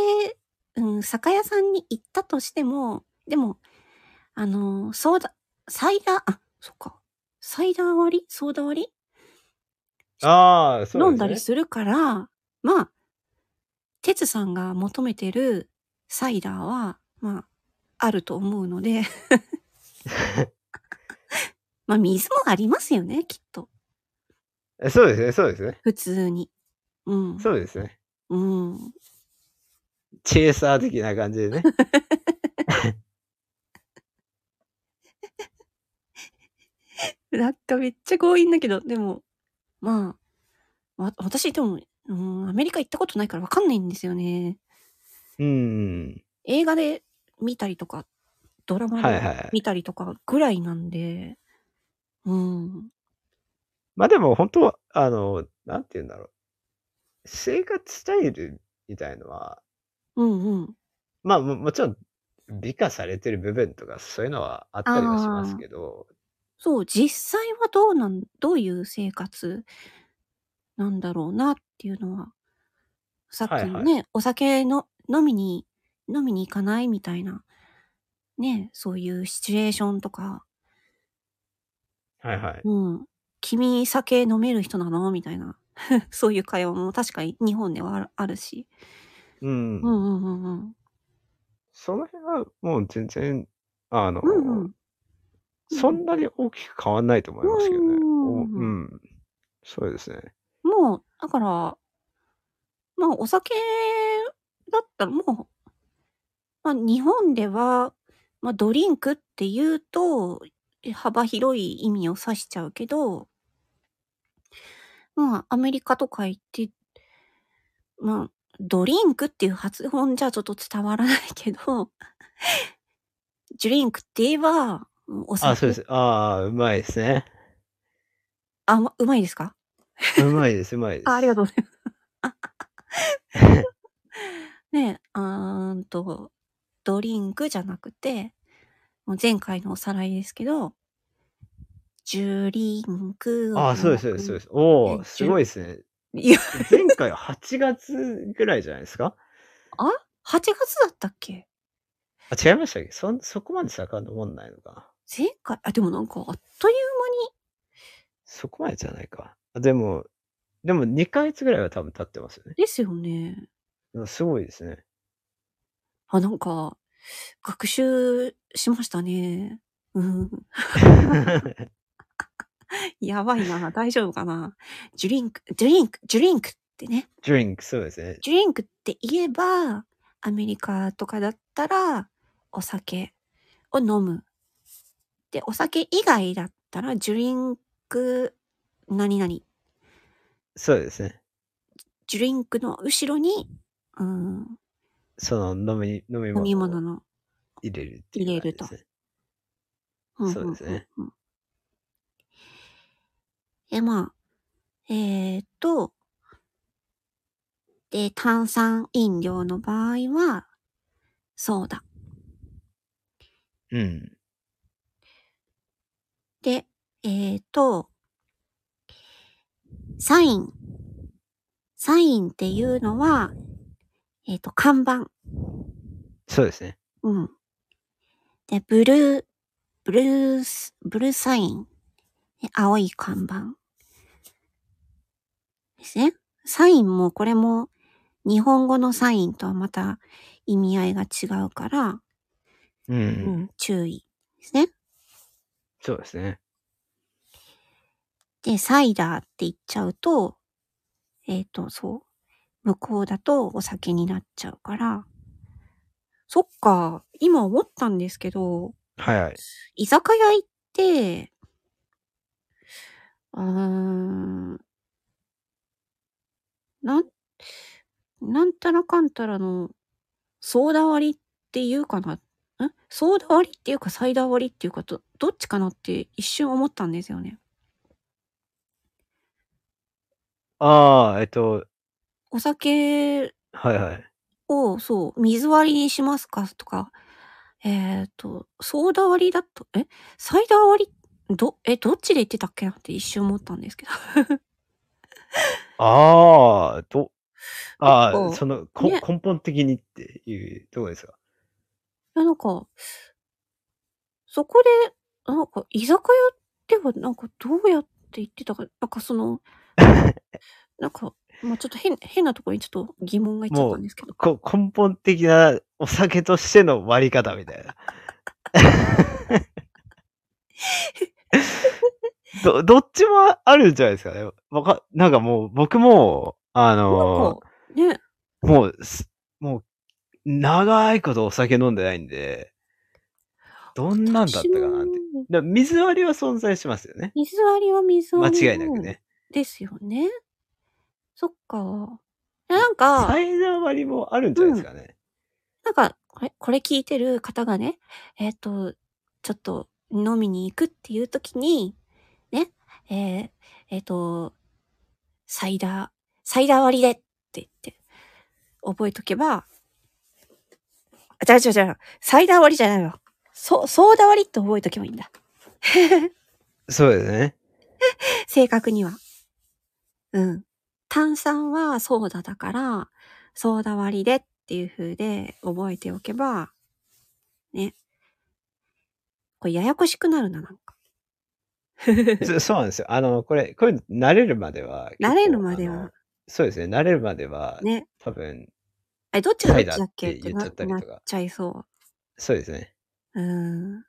うん、酒屋さんに行ったとしても、でも、あの、ソーダ、サイダー、あ、そっか。サイダー割りソーダ割り
ああ、そうですね。
飲んだりするから、まあ、哲さんが求めてるサイダーは、まあ、あると思うので、 まあ、水もありますよね、きっと。
そうですね、そうですね。
普通に。うん。
そうですね。
うん。
チェーサー的な感じ でね。
なんかめっちゃ強引だけど、でも、まあ、わ私、でも、うん、アメリカ行ったことないからわかんないんですよね。
うん。
映画で見たりとか、ドラマ
はいはい
で
はい。
見たりとかぐらいなんで、うん。
まあでも本当は、あの、なんて言うんだろう。生活スタイルみたいのは、
うんうん。
まあももちろん美化されてる部分とかそういうのはあったりはしますけど、
そう、実際はどうなん、どういう生活なんだろうなっていうのは、さっきのね、
はい
お酒の飲みに、飲みに行かないみたいな、ね、そういうシチュエーションとか、
はいはい。
うん、君酒飲める人なのみたいな、 そういう会話も確かに日本ではあるあるし、
う
う
ん。
んうんうんうん。
その辺はもう全然、あの、
うんうん。
そんなに大きく変わんないと思いますけどね。
うん
おうん。そうですね。
もう、だから、まあ、お酒だったらもう、まあ、日本では、まあ、ドリンクっていうと、幅広い意味を指しちゃうけど、まあ、アメリカとか行って、まあ、ドリンクっていう発音じゃちょっと伝わらないけ ど、ドリンクって言えば、お酒。
あ、そうです。ああ、うまいですね。
あ、まうまいですか
うまいです、うまいです。
あありが
と
とうございます。 ねえ、あーんと、ドリンクじゃなくて、もう前回のおさらいですけど、ジュリンクを
ああ、そうです、そうです、そうです。おお、すごいですね。
いや、
前回8月ぐらいじゃないですか
8月だったっけ
あ、違いましたっけそん、そこまで遡んないのかな
前回、あ、でもなんかあっという
そこまでじゃないか。あでも、でも2ヶ月ぐらいは多分経ってますよね
間ですよね。
うん。すごいですね。
あ、なんか、学習しましたね。うん。 やばいな。大丈夫かな。ジュリンク、ジュリンク、ジュリンクってね。
ドリンク、そうですね。
ドリンクって言えば、アメリカとかだったら、お酒を飲む。で、お酒以外だったら、ドリンク、何々、
そうですね。
ドリンクの後ろに、うん、
その飲み、飲み
飲み
物
物
を
の。
入れるっていう感じですね、
ん
そうですね。
うんうんで、まあ、えーっと、で、炭酸飲料の場合は、ソーダ。
うん。
で、えっ、と、サイン。サインっていうのは、えっ、と、看板。
そうですね。
うん。で、ブルー、ブルース、ブルーサイン。で青い看板。ですね。サインもこれも日本語のサインとはまた意味合いが違うから、
うん。
うん、注意ですね。
そうですね。
で、サイダーって言っちゃうと、えっ、と、そう。向こうだとお酒になっちゃうから。そっか。今思ったんですけど、
はいはい。
居酒屋行って、うーん、なん、なんたらかんたらの、ソーダ割りっていうかな、んソーダ割りっていうかサイダー割りっていうか、ど、どっちかなって一瞬思ったんですよね。
ああ、えっと、
お酒
はいはい。
を、そう、水割りにしますかとか、えっ、と、ソーダ割りだと、えサイダー割りど、え、どっちで言ってたっけなって一瞬思ったんですけど。
ああ、と、あ
結構
あ、その、こ
ね
根本的にっていうところですか。
いや、なんか、そこで、なんか、居酒屋では、なんか、どうやって行ってたか、なんかそ の、なんか、まあちょっと変、変なところにちょっと疑問がいっちゃったんですけど。
こ根本的なお酒としての割り方みた いな。どどっちもあるんじゃないですかね。わかなんかもう僕も、あ
なん
の
か、ね、
もうす、もう、長いことお酒飲んでないんで、どんなんだったかなって。
私も
だから水割りは存在しますよね。
水割りは水
間
割り。
違いなくね。。
ですよね。そっか。いやなんか、
サイダー割りもあるんじゃないですかね。
なんか、これ、これ聞いてる方がね、えっ、と、ちょっと飲みに行くっていう時に、ね、えーえっ、と、サイダー、サイダー割りでって言って、覚えとけば、あじゃあじゃあじゃあサイダー割りじゃないわ。そ、ソーダ割りって覚えとけばいいんだ。
そうですね。
正確には。うん。炭酸はソーダだから、ソーダ割りでっていう風で覚えておけば、ね。これややこしくなるな、なん か。
そそうなんですよ。あの、これ、これ、慣れるまでは。
慣れるまで
結構
は
あのそうですね。慣れるまでは、
ね。
多分、
あれ、どっちがど
サ
っち
イダー
だっけって
って
な
言っちゃったり
なっ
とか
ちゃいそ
そうですね。
う。うん。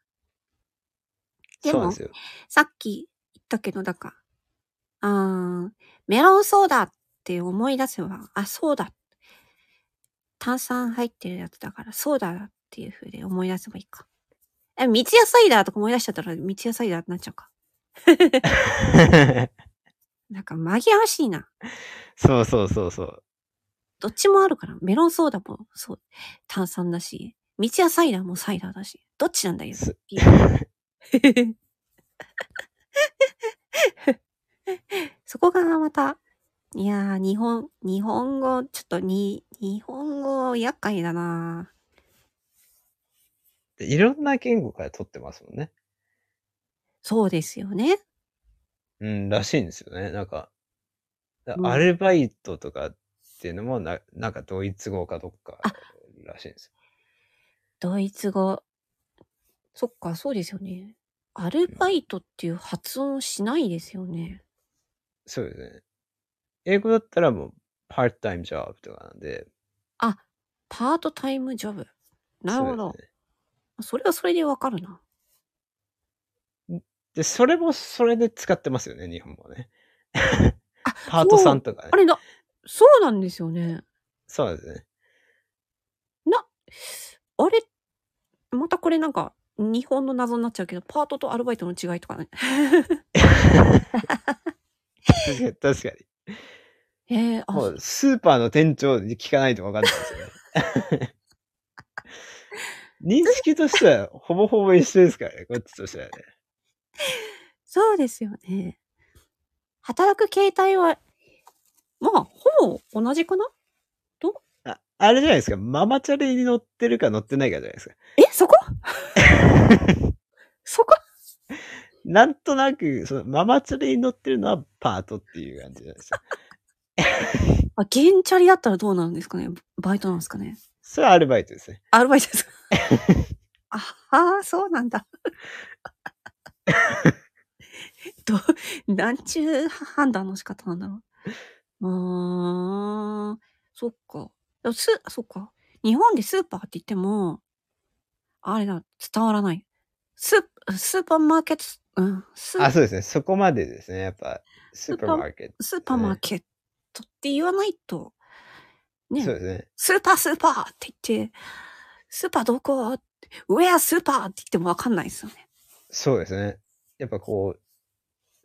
でも
そうなんですよ。
さっき言ったけど、だから、あーメロンソーダって思い出せば、あ、そうだ。炭酸入ってるやつだから、ソーダだっていう風で思い出せばいいか。え、三ツ矢サイダーとか思い出しちゃったら、三ツ矢サイダーってなっちゃうか。なんか紛らわしいな。
そうそうそうそう。
どっちもあるから、メロンソーダも、そう、炭酸だし、三ツ矢サイダーもサイダーだし、どっちなんだよ。
す
い いよそこがまた、いやー、日本、日本語、ちょっとに、日本語厄介だなぁ
いろんな言語から取ってますもんね。
そうですよね。
うん、らしいんですよね。なんか、だ
うん
アルバイトとかっていうのもな、なんかドイツ語かどっからしいんです
ドイツ語。そっか、そうですよね。アルバイトっていう発音しないですよね。
よ。そうですね。英語だったらもう、パートタイムジョブとかなんで。
あ、パートタイムジョブ。なるほ
そう
ど
です。ね
それはそれでわかるな。
で、それもそれで使ってますよね、日本もね。
あ、
パートさん
そう
とかね
あ。れだ、そうなんですよね。
そうですね。
な、あれ、またこれなんか、日本の謎になっちゃうけど、パートとアルバイトの違いと かね。
確かに、確かに。
えー、あ、
もう、スーパーの店長に聞かないと分かんないですよね。 認識としては、ほぼほぼ一緒ですからね、こっちとしてはね。
そうですよね。働く形態は、まあ、ほぼ同じかな
ああれじゃないですか、ママチャリに乗ってるか乗ってないかじゃないですか。
え、そ こそ こ
なんとなく、そのママチャリに乗ってるのはパートっていう感じじゃないですか。
あ、ゲンチャリだったらどうなるんですかねバイトなんですかね
それはアルバイトですね。
アルバイト ですかああ、そうなんだ。ど、なんちゅう判断の仕方なんだろう。うーん、そっか。でもす、そっか。日本でスーパーって言っても、あれだ、伝わらない。スー、スーパーマーケット、うん、スー
あ、そうですね。そこまでですね。やっぱ、スーパーマーケッ
スーパーマーケットって言わないと、
ト。
ね
そう、ですね。
スーパースーパーって言って、スーパーどこってウェアスーパーって言ってもわかんないですよね。
そうですね。やっぱこう、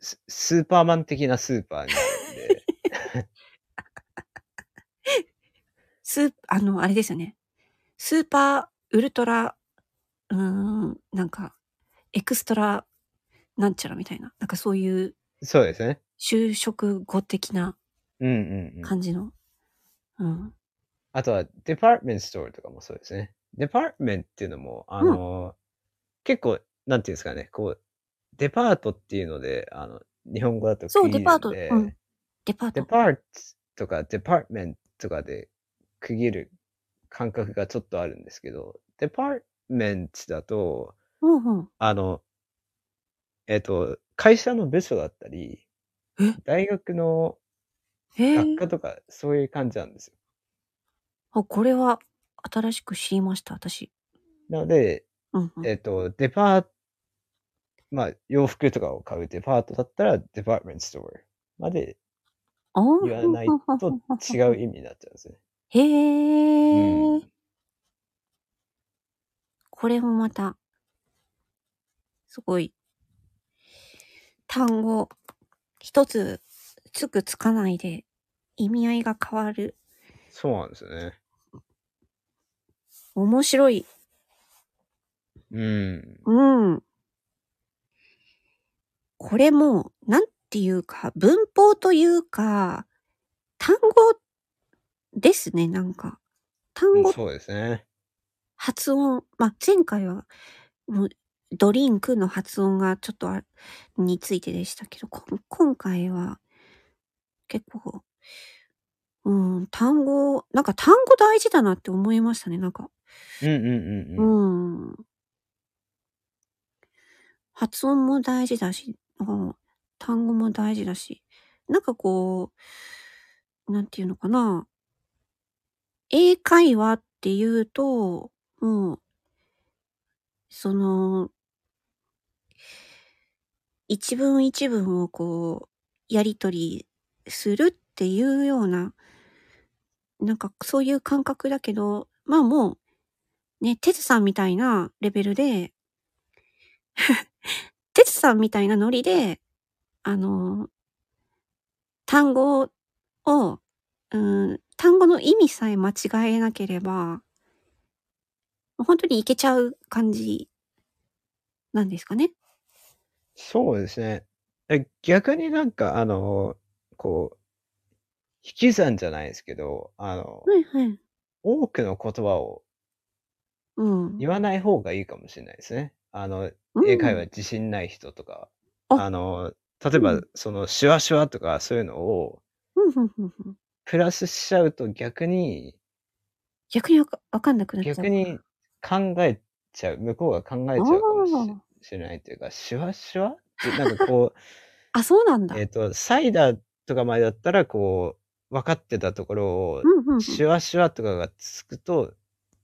スス ーパーマン的なスーパーになるんで。
スー、あの、あれですよね。スーパー、ウルトラ、うーん、なんか、エクストラ、なんちゃらみたいな。なんかそういう、
そうですね。
就職後的な
うんうん、うん。
感じの。うん。
あとは、デパートメントストアとかもそうですね。デパートメントっていうのも、あの、結構、なんていうんですかね、こう、デパートっていうので、あの、日本語だと
そう
区切りなので
デパートうんデパー
デ
ト。
パートとかデパートメントとかで区切る感覚がちょっとあるんですけど、デパートメントだと、
うんうん。
あの、えっ、と、会社の部署だったり
え、
大学の
へえ
学。科とか、そういう感じなんですよ。
あ、これは新しく知りました、私。
なので、
うん、うん。
えっ、と、デパート、まあ、洋服とかを買うデパートだったら、デパートメントストアまで
あー
言わないと違う意味になっちゃうんですね。
へ
う
え、
ん
これもまた、すごい、単語、一つ、つくつかないで、意味合いが変わる、
そうなんですよね。
面白い。
うん。
うん。これもう、なんていうか、文法というか、単語ですね、なんか。単語
そうですね。
発音、まあ、前回は、もう、ドリンクの発音がちょっとあについてでしたけど、こん今回は、結構、うん、単語、なんか単語大事だなって思いましたね、なんか。
うんうんうん
う
うん。
ん。発音も大事だし、だから単語も大事だし、なんかこう、なんていうのかな。英会話っていうと、もう、その、一文一文をこう、やりとりするっていうような、なんかそういう感覚だけど、まあもう、ね、てつさんみたいなレベルで、 てつさんみたいなノリで、あの、単語を、うん、単語の意味さえ間違えなければ、本当にいけちゃう感じなんですかね。
そうですね。え逆になんか、あの、こう、引き算じゃないですけど、あの、
はいはい。
多くの言葉を
うん。
言わない方がいいかもしれないですね。あの、
うん
英会話自信ない人とか、
あ
あの、例え
う
ば
ん、
その、シュワシュワとかそういうのを、
うんうんうんうん
プラスしちゃうと逆に、
逆にわかわかんなくなっちゃう。
逆に考えちゃう、向こうが考えちゃうかもし
あ
しれないというか、シュワシュワって、なんかこう、
あ、そうなんだ。
えっ、と、サイダーとか前だったら、こう、分かってたところを
う、んうんうん。
シュワシュワとかがつくと、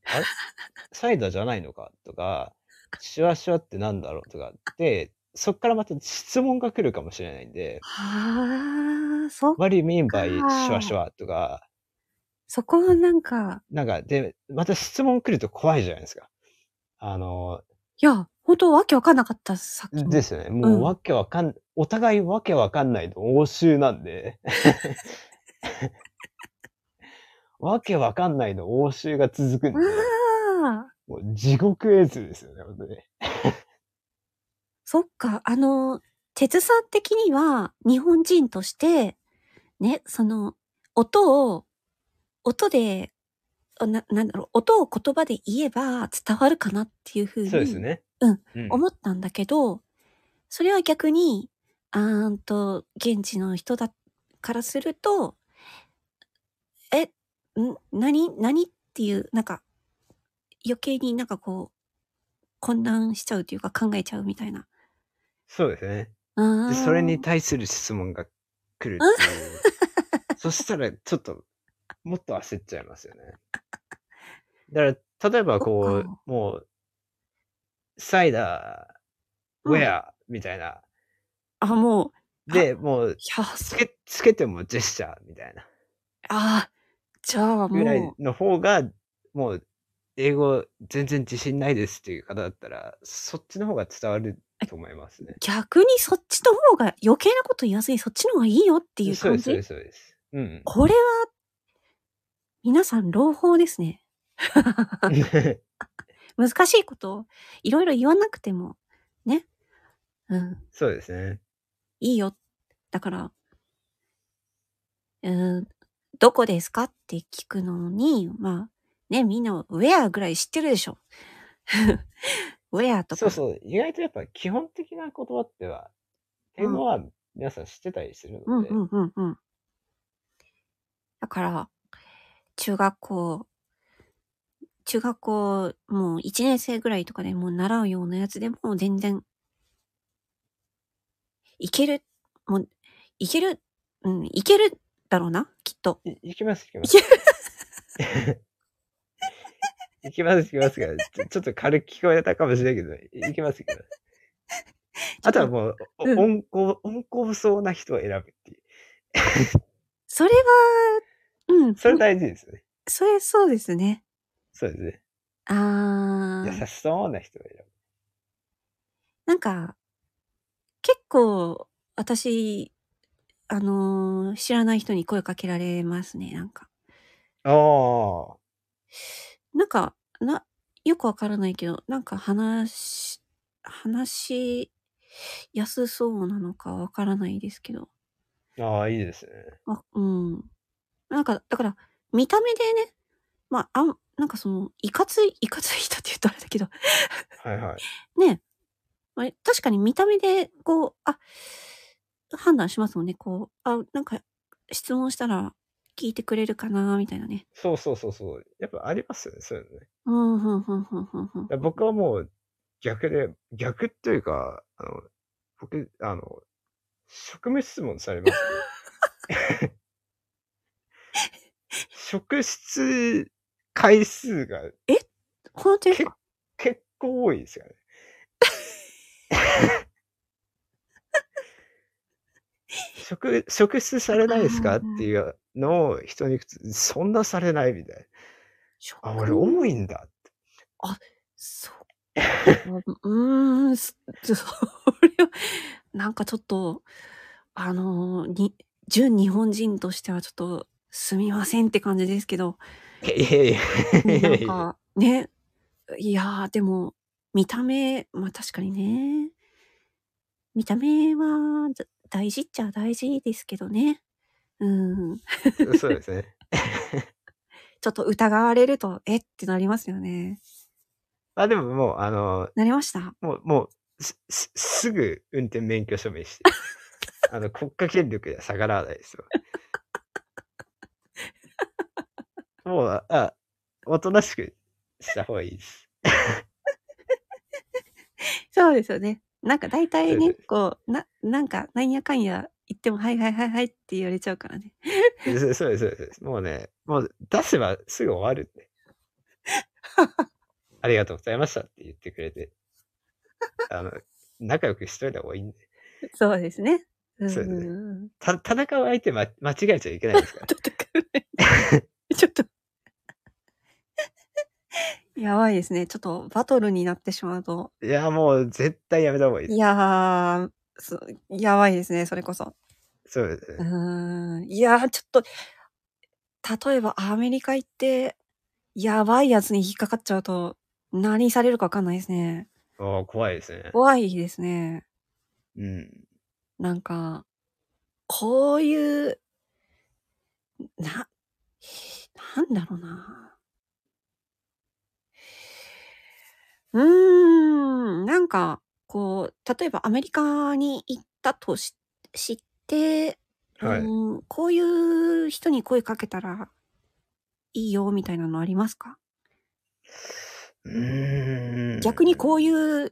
あれサイダーじゃないのかとか、シュワシュワってなんだろうとかって、そっからまた質問が来るかもしれないんで、
はあ、そ、
What do you mean by
あー
シュワシュワとか、
そこはなんか、
なんか、で、また質問来ると怖いじゃないですか。あの、
いや、本当わけわかんなかった、さっきの。
ですよね。
う
も
ん
うわけわかん、お互いわけわかんないと応酬な んで。わけわかんないの応酬が続くんで、
ああ、
もう地獄絵図ですよね、本当に。
そっか、あの、哲さん的には、日本人として、ね、その、音を、音で、な、なんだろう、音を言葉で言えば伝わるかなっていうふうに。
そうですね。
うん
うん。
思ったんだけど、それは逆に、あーんと、現地の人だからすると、え、ん何何っていう、なんか、余計になんかこう、混乱しちゃうというか考えちゃうみたいな。
そうですね。
あ
で、
ー
それに、対する質問が来るって いう。そしたら、ちょっと、もっと焦っちゃいますよね。だから、例えばこ
そっか
う、もう、サイダー、
うん
ウェア、みたいな。
あ、もう、
で、もう、
いや、
つ
そ
け、つけてもジェスチャーみたいな
ああ、じゃあ
ぐらい
もう、
の方が、もう、英語全然自信ないですっていう方だったら、そっちの方が伝わると思いますね。
逆にそっちの方が余計なこと言わずにそっちの方がいいよっていう
そ
感
うです、そう
じ
です、そうです。うん。
これは、皆さん朗報ですね。難しいことをいろいろ言わなくても、ね。うん。
そうですね。
いいよ。だから、うん、どこですかって聞くのに、まあ、ね、みんな、ウェアぐらい知ってるでしょ。 ウェアとか。
そうそう。意外とやっぱ基本的な言葉っては、っていうのは皆さん知ってたりする
う
の
ん
で、
うんうんうん。だから、中学校、中学校、もう1年生ぐらいとかでもう習うようなやつでも全然、いける、もう、いける、うん、いけるだろうな、きっと。
いいきます、いきます。 いきます、いきますが、ちょちょっと軽く聞こえたかもしれないけど、いいきます、いきます。あとはもう、お
うん
温厚、温厚そうな人を選ぶっていう。
それは、うん、
それ大事ですよね。
それそうですね。
そうですね。
あ
優
ー、
しそうな人を選ぶ。
なんか、結構、私、あのー知らない人に声かけられますね、なんか。
ああ。
なんか、な、よくわからないけど、なんか話し、話しやすそうなのかわからないですけど。
ああ、いいですね。
あうん。なんか、だから、見た目でね、まあ、あん、なんかその、いかつい、いかつい人って言うとあれだけど、
はいはい。
ね、まあ、確かに見た目で、こう、あ、判断しますもんね、こう、あ、なんか、質問したら聞いてくれるかな、みたいなね。
そうそうそうそう。やっぱありますよね、そういうのね。
うん、うん、うん、うん、うん、うん。
だから僕はもう逆で、逆というか、あの、僕、あの、職務質問されます、職質回数が
本当ですか
結構多いですよね。職、職質されないですかっていうのを人に聞くと、そんなされないみたいな。あ、俺多いんだって。
そう。うーん、す それは、なんかちょっと、あのーに、純日本人としてはちょっと、すみませんって感じですけど、
いやいやい
な
や
ん
いや。
か、ね、いやー、でも、見た目、まあ確かにね、見た目はだ大事っちゃ大事ですけどね。うん、
そうですね。
ちょっと疑われると、えってなりますよね。
あ、でももう、あの、
なりました
もう、もう、す、すすぐ運転免許証明 して。あの、国家権力には逆らわないですよ。もう、あ、おとなしくした方がいいです。
そうですよね。なんか大体
そう
ね
で、
こう、な、なんか、なんやかんや言っても、はいはいはいはいって言われちゃうからね。
そうです、そうですそうです。もうね、もう出せばすぐ終わるんで。ありがとうございましたって言ってくれて。あの、仲良くしといた方がいいんで。
そうですね。うん
そうですね
うん。
た、戦う相手、ま、間違えちゃいけないですか ら。
ちょっと。やばいですね。ちょっとバトルになってしまうと。
いや、もう絶対やめた方がいいで
いやー、そやばいですね、それこそ。
す。そうですね
う。ーん。いやー、ちょっと、例えばアメリカ行って、やばいやつに引っかかっちゃうと、何されるかわかんないですね。
おー怖いですね。
怖いですね。
うん。
なんか、こういう、な、なんだろうな。うーん、なんか、こう、例えばアメリカに行ったとし知って、
はい。
うんこういう人に声かけたらいいよみたいなのありますか、
うーん
逆にこういう、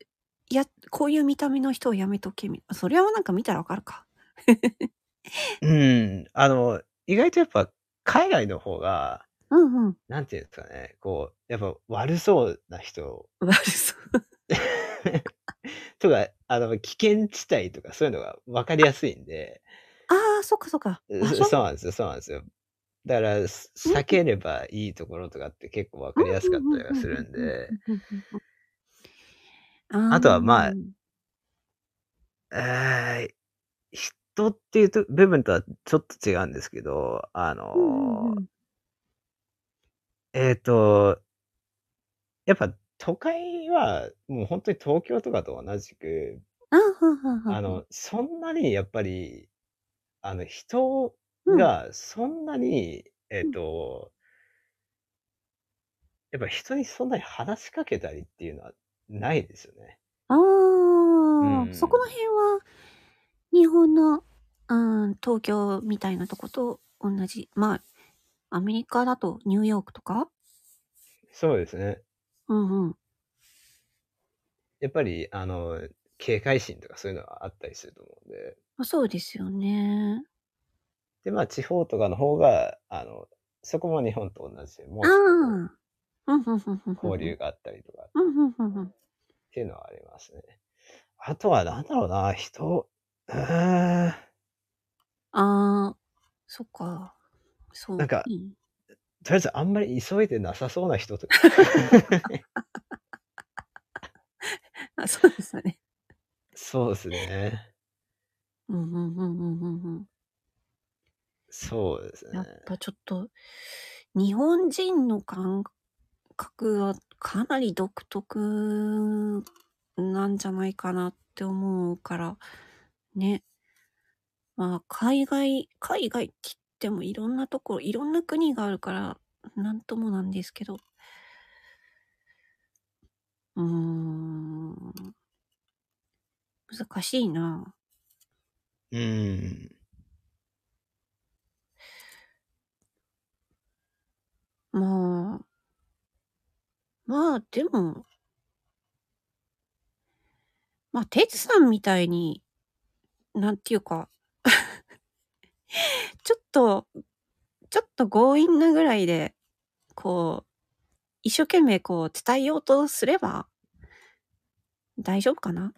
や、こういう見た目の人をやめとけみ。それはなんか見たらわかるか。
うん。あの、意外とやっぱ海外の方が、
うんうん。
なんていうんですかね、こう、やっぱ悪そうな人
悪そう。
とか、あの、危険地帯とかそういうのが分かりやすいんで、
ああ、そっかそっか。
そ
場所
そうなんですよ、そうなんですよ。だから、す避ければいいところとかって結構分かりやすかったりはするんで、。あとはまあえー人っていうと部分とはちょっと違うんですけど、あのー
うんうんうん
えっ、と、やっぱ都会はもう本当に東京とかと同じく、あ
あ、
の、そんなにやっぱり、あの、人
うん
がそんなに、えっ、と、やっぱ人にそんなに話しかけたりっていうのはないですよね。
あー
うん
そこの辺は、日本の、うん、東京みたいなとこと同じ。まあ、アメリカだとニューヨークとか
そうですね。
うんうん。
やっぱり、あの、警戒心とかそういうのはあったりすると思うんで。
まあそうですよね。
で、まあ、地方とかの方が、あの、そこも日本と同じで、も
あ
う
あ
ち
ー。
ょ
う
っ
んうんうんうん。
と交流。があったりとかっ
うんうんうんうん。
ていうのはありますね。あとは、なんだろうな、人、うーん、
ああ、そっか。そう。
なんか
うん
とりあえずあんまり急いでなさそうな 人とか。
あそうですよね。
そうですね。
うんうんうんうんうんうん。
そうですね
やっ。ぱちょっと、日本人の感覚はかなり独特なんじゃないかなって思うから、ね。まあ、海外、海外って言ってもいろんなところ、いろんな国があるから、なんともなんですけど。うーん。難しいな。
うん。
まあ、まあでも、まあ、てつさんみたいに、なんていうか、 ちょっと、ちょっと強引なぐらいで、こう、一生懸命こう伝えようとすれば、大丈夫かな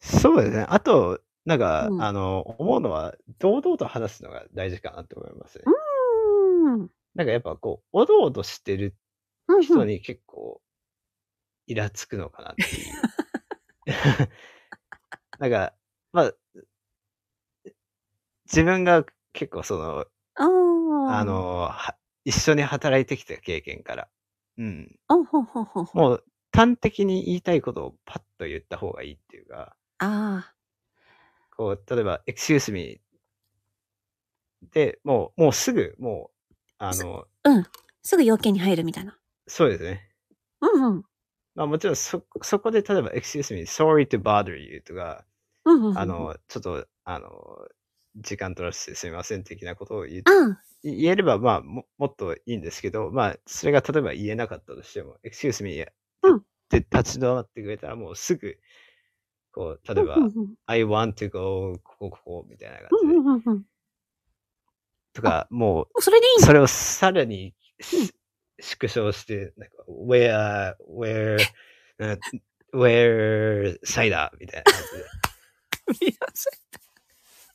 そうですね。あと、なんか、
うん
あの、思うのは、堂々と話すのが大事かなって思いますね。
うん。
なんかやっぱこう、おどおどしてる
うん
人に結構、イラつくのかなっていう。 なんか、まあ、自分が結構その、
うん。あー
あ、の、は一緒に働いてきた経験から、うん。
あほうほうほうほう
もう端的に言いたいことをパッと言った方がいいっていうか、
あ
こう、例えば、excuse me で、もう、もうすぐ、もう、あの、
ー、すぐ要件に入るみたいな。
そうですね。
うんうん。
まあもちろんそ、そこで例えば、excuse me, sorry to bother you とか、
うんうんうんうん。
あ、の、ちょっと、あの、時間取らせてすみません的なことを言う
うん。
言えれば、まあも、もっといいんですけど、まあ、それが例えば言えなかったとしても、excuse me っ
うん
て立ち止まってくれたら、もうすぐ、こう、例えば
うん、うんうん
I want to go ここここみたいな感
う
じ
ん
で、
うんうんうん。
とか、も
それでいい
うん
だ。
それをさらにし縮小して、なんか、where, where, うん where, サイダーみたいな感じで。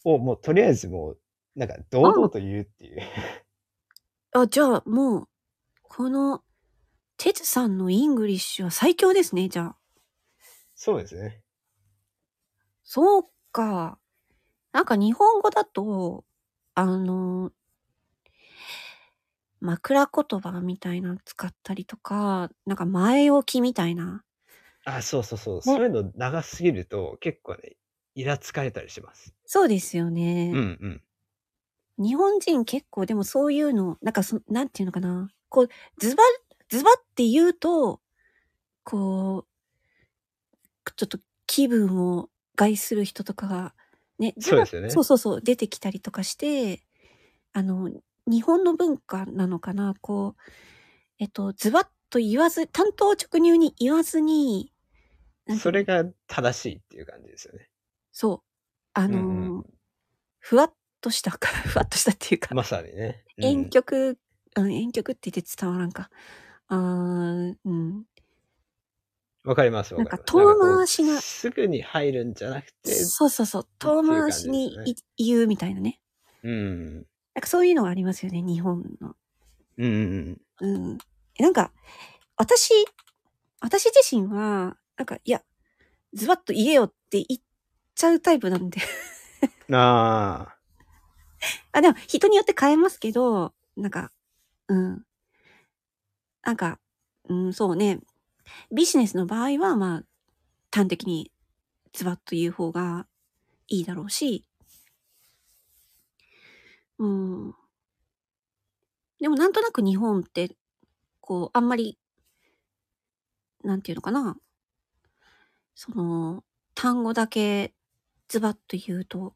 をもうとりあえずもう、なんか堂々と言うっていう。
あ、じゃあもう、この、てつさんのイングリッシュは最強ですね、じゃあ。
そうですね。
そうか。なんか日本語だと、あの、枕言葉みたいなの使ったりとか、なんか前置きみたいな。
あ、そうそうそう。そういうの長すぎると結構ね、イラつかれたりします。
そうですよね。
うんうん。
日本人結構でもそういうの、なんかそ、なんていうのかな。こう、ズバ、ズバって言うと、こう、ちょっと気分を害する人とかが、ね、ズバ
そうですよね
そうそうそう、出てきたりとかして、あの、日本の文化なのかな、こう、えっと、ズバッと言わず、単刀直入に言わずに、なんていうの
それが正しいっていう感じですよね。
そう、あのー、
うんう
ふわっとした か、ふわっとしたっていうか、
まさにね。うん
遠曲、うん、遠曲って言って伝わらんか。あーうん。
わかります、わかります。
なんか遠
こう
回しな
すぐに入るんじゃなくて、
そうそうそう。
てい
遠
う感
回
じです
し
ね
にい言うみたいなね。
うん。
なんかそういうのがありますよね、日本の。
うんうん
うん。なんか、私、私自身は、なんか、いや、ズバッと言えよって言っちゃうタイプなんで。
うん。ああ。
あ、でも人によって変えますけど、なんか、うん。なんか、うん、そうね。ビジネスの場合は、まあ、端的にズバッと言う方がいいだろうし、うん。でもなんとなく日本って、こう、あんまり、なんていうのかな。その、単語だけズバッと言うと、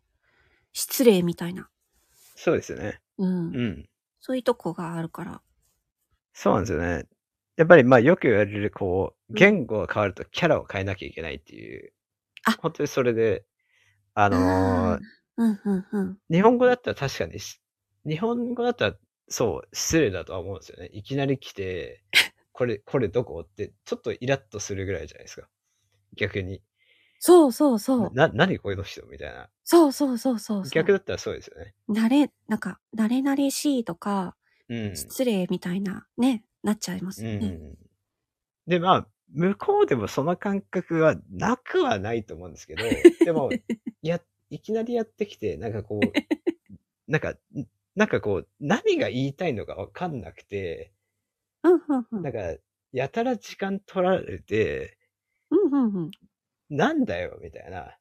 失礼みたいな。
そうですよね。
うん
う。ん。
そういうとこがあるから。
そうなんですよね。やっぱりまあよく言われるこう、
ん
言語が変わるとキャラを変えなきゃいけないっていう。
あ
本当にそれで、あのー
あーうんうんうん。
日本語だったら確かにし、日本語だったらそう、失礼だとは思うんですよね。いきなり来て、これ、これどこって、ちょっとイラッとするぐらいじゃないですか。逆に。
そうそうそう。
な、何この人みたいな。
そうそうそうそうそう。
逆だったらそうですよね。
慣れ、なんか、慣れ慣れしいとか、
うん。
失礼みたいな、ね、なっちゃいます
う
よ
ん
ね。
で、まあ、向こうでもその感覚はなくはないと思うん ですけど、でも、や、いきなりやってきて、なんかこう、 なんか、なんかこう、何が言いたいのかわかんなくて、
うん、うん、うん。う
なん
ん
か、やたら時間取られて、
うん、うん。
なんだよ、みたいな。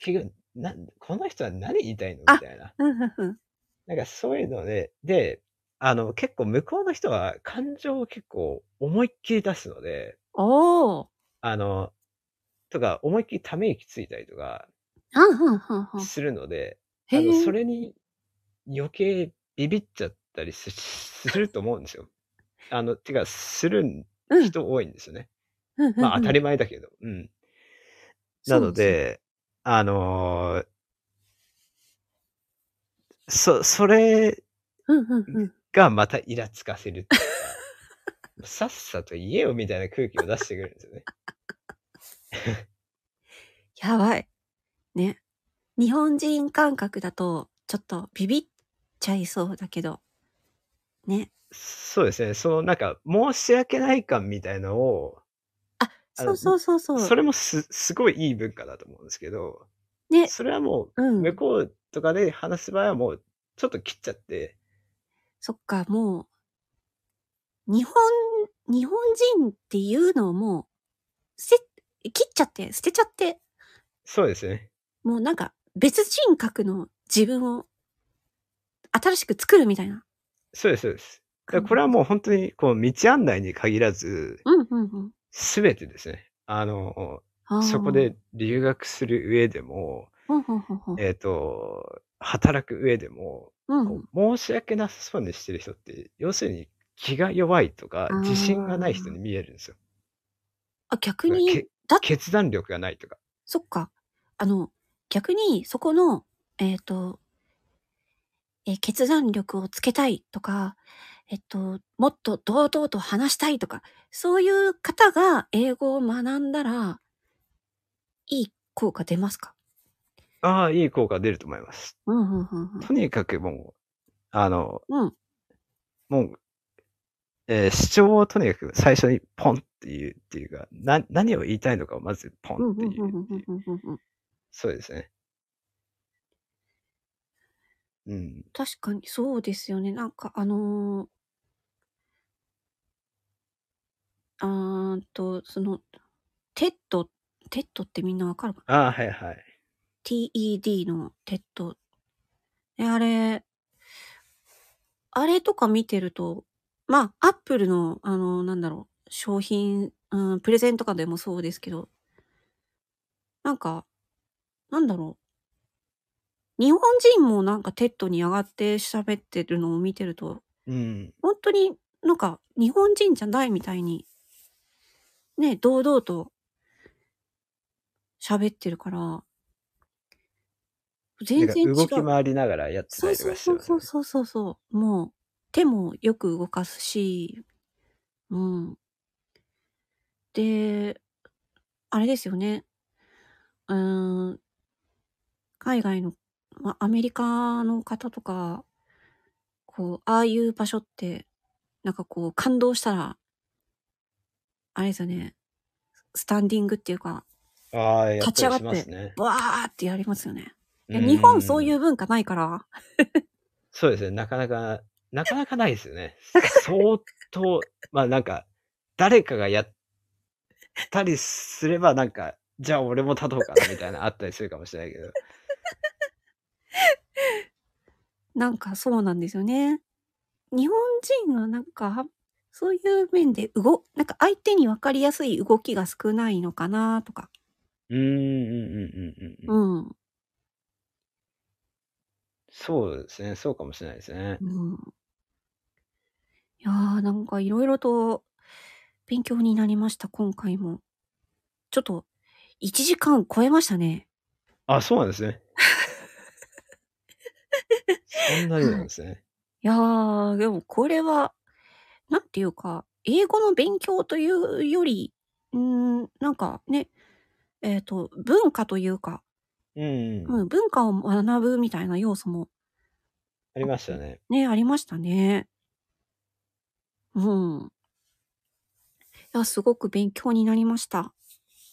結局、なんこの人は何言いたいの
あ
みたいな。
うん、うん、うん。
なんかそういうので、で、あの、結構向こうの人は感情を結構思いっきり出すので、
おー。
あの、とか、思いっきりため息ついたりとか
うん、うん、うん、うん。
するので、
へ
あのそ
え。
れに余計ビビっちゃったりすすると思うんですよ。 あの、てか、するん
うん
人多いんですよね。
うんうん
まあ、当た
り
り前だけど。うん。なの、で、あのーそ、そ
そ
れ
うそううん、うん、うん。
がまたイラつかせるっていうか、さっさと言えよみたいな空気を出してくるんですよね。
やばい。ね。日本人感覚だと、ちょっとビビっちゃいそうだけど、ね。
そうですね。そのなんか、申し訳ない感みたいのを、
あ、
あの
そうそうそうそう。
それもすすごいいい文化だと思うんですけど、
ね。
それはも
う
う、
ん
向。こうとかで話す場合はもう、ちょっと切っちゃって、
そっか、もう、日本、日本人っていうのをもう、せ、切っちゃって、捨てちゃって、
そうですね。
もうなんか別人格の自分を新しく作るみたいな。
そうです、そうです。だからこれはもう本当に、こう、道案内に限らず、
うんうんうん
すべてですね。あの、
あー。
そこで留学する上でも、
ほんほんほんほん、
えっ、と、働く上でも、
うん
こう申し訳なさそうにしてる人って、要するに気が弱いとか
あー、
自信がない人に見えるんですよ。
あ、逆に
け、
だ
決断力がないとか。
そっか。あの、逆に、そこの、えっ、と、えー決断力をつけたいとか、えっと、もっと堂々と話したいとか、そういう方が英語を学んだら、いい効果出ますか
ああ、いい効果出ると思います。
うんうんうんうん。
とにかくもう、あの、
うん
もう、えー主張をとにかく最初にポンっていうっていうか、な何を言いたいのかをまずポ
うん
ンっ
う
て
ん
いううん
うんうんうんうん
そうですね。うん。
確かにそうですよね。なんかあのー、あーんと、その、テッド、テッドってみんなわかるかな
ああ、はいはい。
TED のテッド。え、あれ、あれとか見てると、まあ、アップルの、あの、なんだろう、商品、うん、プレゼントとかでもそうですけど、なんか、なんだろう。日本人もなんかテッドに上がって喋ってるのを見てると、
うん。
本当になんか日本人じゃないみたいに、ね、堂々と喋ってるから、全然違う。
なんか動き回りながらやってた
そう
りと
そう
かして
そ
ま
う
す、
そうそ
ね。
うそうそう。もう手もよく動かすし、うん。で、あれですよね。うーん。海外の、ま、アメリカの方とか、こう、ああいう場所って、なんかこう、感動したら、あれですよね。スタンディングっていうか、
ああ、やっ
立ち
た
上
り
がっ
してますね。
わーってやりますよね。いや
ん
日本そういう。文化ないから、
そうですね。なかなか、なかなかないですよね。相と、まあなんか、誰かがやったりすれば、なんか、じゃあ俺も立とうかなみたいな、あったりするかもしれないけど。
なんかそうなんですよね。日本人はなんか、そういう面で動、なんか相手に分かりやすい動きが少ないのかなとか。
うん、うん、うん、うん、うん。
うん。う
そうですね。そうかもしれないです
ん。
ね。
いやー、なんかいろいろと勉強になりました、今回も。ちょっと、1時間超えましたね。
あ、そうなんですね。そんなになんですね。
いやー、でもこれは、なんていうか、英語の勉強というより、うーん、なんかね、えっ、と、文化というか、
うん、う、
うんん、文化を学ぶみたいな要素も
ありましたね。
ね、ありましたね。うん。いや、すごく勉強になりました。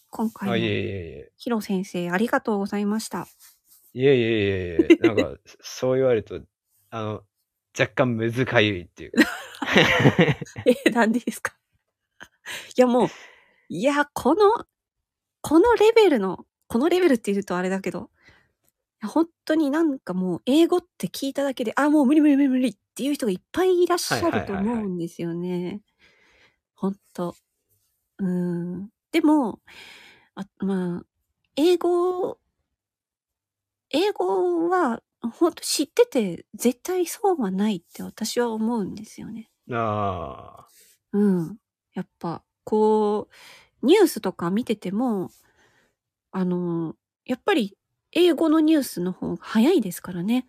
今回
あ、い
も、
えいえ
ヒロ先生、ありがとうございました。
いえ。いえいえいえい え。なんか、そう言われると、あの、若干難かゆいっていうか。
え、なんでですかいや、もう、いや、この、このレベルの、このレベルって言うとあれだけど、いや本当になんかもう、英語って聞いただけで、あ、もう無理無理無理無理っていう人がいっぱいいらっしゃると
はいはいはいは
思
い
うんですよね。本当うん。でも、あまあ、英語、英語は、本当知ってて、絶対損はないって私は思うんですよね。
ああ。
うん。やっぱ、こう、ニュースとか見てても、あの、やっぱり英語のニュースの方が早いですからね。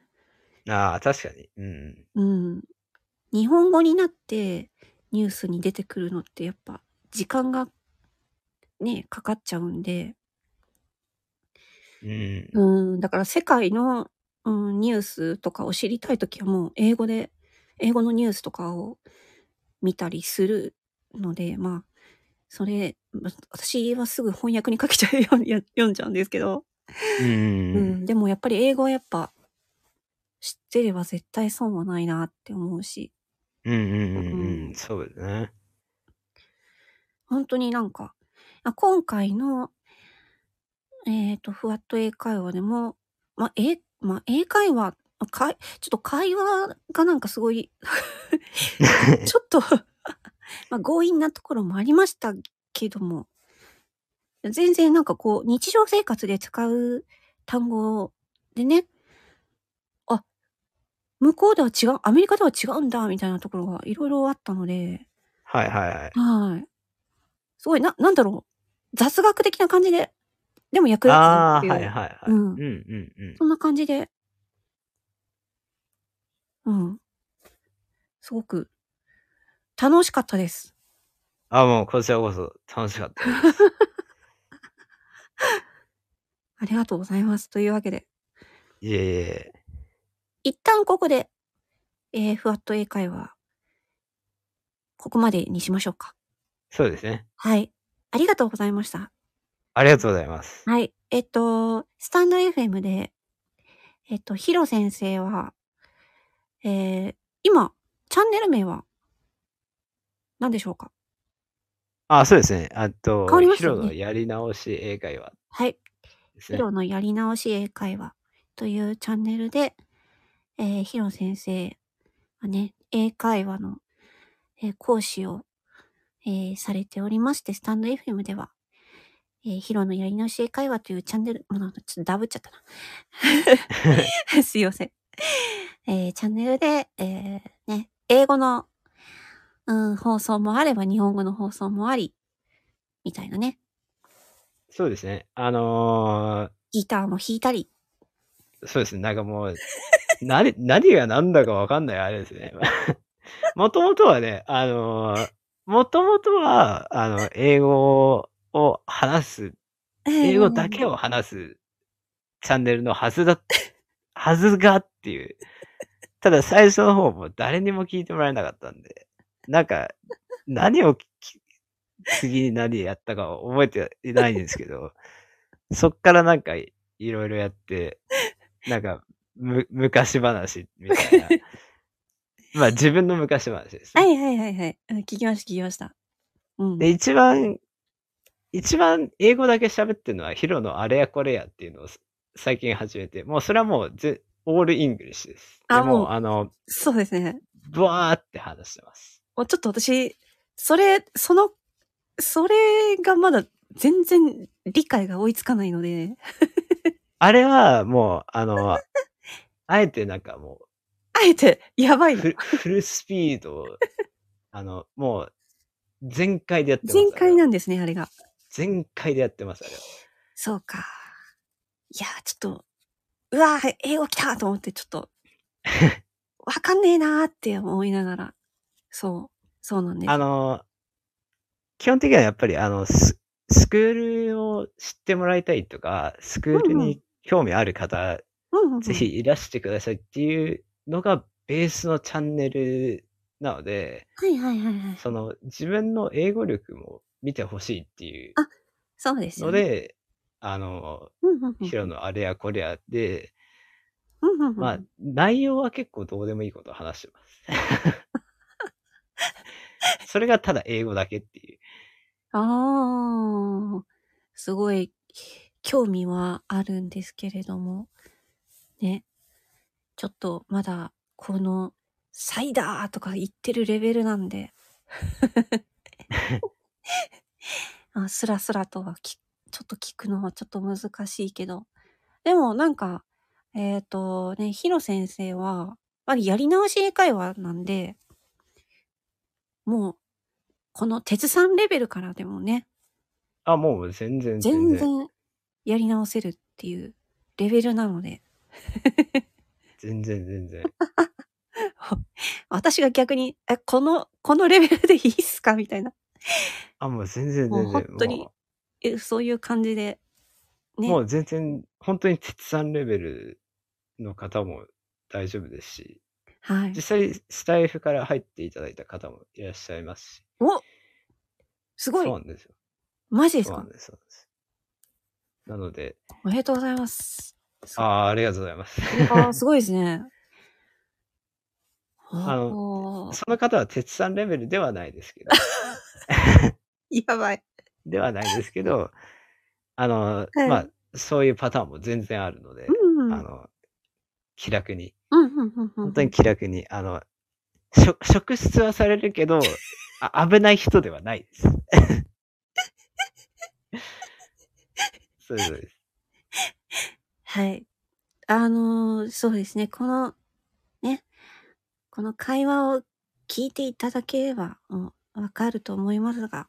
ああ、確かに。うん。
うん。日本語になってニュースに出てくるのってやっぱ時間がね、かかっちゃうんで、
うん。
うん、だから世界の、うん、ニュースとかを知りたいときはもう英語で、英語のニュースとかを見たりするので、まあ、それ、ま私はすぐ翻訳にかけちゃうよや読んじゃうんですけど、
う。
うんん、でもやっぱり英語はやっぱ知ってれば絶対損はないなって思うし、
うんうんうん
う
うんん。そうですね。
本当になんか、あ今回の、えっ、と、ふわっと英会話でも、まあ、え、まあ、英会話、かいちょっと会話がなんかすごい、ちょっと、 まあ、強引なところもありましたけども、全然なんかこう、日常生活で使う単語でね、あ、向こうでは違う、アメリカでは違うんだ、みたいなところがいろいろあったので、
はいはいはい。
はい。すごい、な、なんだろう。雑学的な感じで、でも役立つ
あ
っ
あ
てい
ー、
う。
はいはいはい。
う
うんんうんうん。
そんな感じで。うん。すごく、楽しかったです。
あもうこちらこそ楽しかったです。
ありがとうございます。というわけで、
いえいえ。
一旦ここで、えー、ふわっと英会話、ここまでにしましょうか。
そうですね。
はい。ありがとうございました。
ありがとうございます。
はい。えっと、スタンド FM で、えっと、ヒロ先生は、えー、今、チャンネル名は、何でしょうか
あそうですね。あと、
変わりまし
ヒ
たよね
ロのやり直し英会話
はい。
です
ヒ
ね。
ロのやり直し英会話というチャンネルで、えー、ヒロ先生はね、英会話の、えー講師を、えーされておりまして、スタンド FM では、えー、ヒロのやり直し英会話というチャンネル、もうなんかちょっとダブっちゃったな。 すいません。えーチャンネルで、えーね、英語の、うん、放送もあれば、日本語の放送もあり、みたいなね、
そうですね。あの
ギターも弾いたり、
ー、そうですね。なんかもう、 何、何が何だかわかんないあれですね。 もともとはね、あのー、もともとは、あの、英語を話す 英語だけを話すチャンネルのはずだ、はずがっていう。ただ最初の方も誰にも聞いてもらえなかったんで、なんか、何をき次に何やったかは覚えていないんですけど、そっからなんかいいろいろやって、なんか、む、昔話みたいなまあ自分の昔話です、
は
ね
いはいはいはい。うん聞きました、聞きました。うん。
で、一番、一番英語だけ喋ってるのはヒロのあれやこれやっていうのを最近始めて、もうそれはもうぜオールイングリッシュです。で
あ
もう
もう
あの、
そうですね。
ブワーって話してます。
もうちょっと私、それ、その、それがまだ全然理解が追いつかないので、
あれはもう、あの、あえてなんかも
あえて、やば
う
いな
フ。ル、フルスピードを、あの、もう、全開でやってます。
全開
あれは
なんですね、あれが。
全開でやってます、あれは。
そうか。いやー、ちょっと、うわー、英語来たと思って、ちょっ と、わかんねえなーって思いながら、そう、そうなんです。
あの、基本的にはやっぱり、あの、ススクールを知ってもらいたいとか、スクー
う
ル
んう
に興味ある方、
うんうんうん
ぜ。ひいらしてくださいっていうのがベースのチャンネルなので、
はいはいはいはい。
その自分の英語力も見てほしいっていう
あそうですよ
の
ね。
で、あの、
うんうんうん
ヒロのあれやこれやで、
うんうんうん
まあ、内容は結構どうでもいいことを話して ます。それがただ英語だけっていう。
ああ、すごい興味はあるんですけれども、ね、ちょっとまだこのサイダーとか言ってるレベルなんで、 あスラスラとはきちょっと聞くのはちょっと難しいけど、でもなんか、えっ、とね、ヒロ先生は、まあ、やり直し英会話なんで、もう、この鉄さんレベルからでもね、
あ、もう全然
全然やり直せるっていうレベルなので、
全然全然。
私が逆に、え、この、このレベルでいいっすかみたいな、
あ、もう全然全然。
もう本当に
も
えそういう感じで、
う
ね。
もう全然、本当に鉄さんレベルの方も大丈夫ですし、
はい。
実際スタイフから入っていただいた方もいらっしゃいますし。
おすご
そうないんですよ。
マジです
そうな
か
んです。そうなんですなので、
おめでとうござい ます。
ああ、ありがとうございます。
あすごいですね。
あの
おー
その方は鉄さんレベルではないですけど、
やばい。
ではないですけど、あの、
はい
まあ、そういうパターンも全然あるので、
うん。う
あ
ん
の、気楽に
うんうんうん。
本当に気楽に、あの、しょ職質はされるけど、あ危ない人ではな いです。そうですそうです。
はい。あのーそうですね。この、ね、この会話を聞いていただければ、もうわかると思いますが、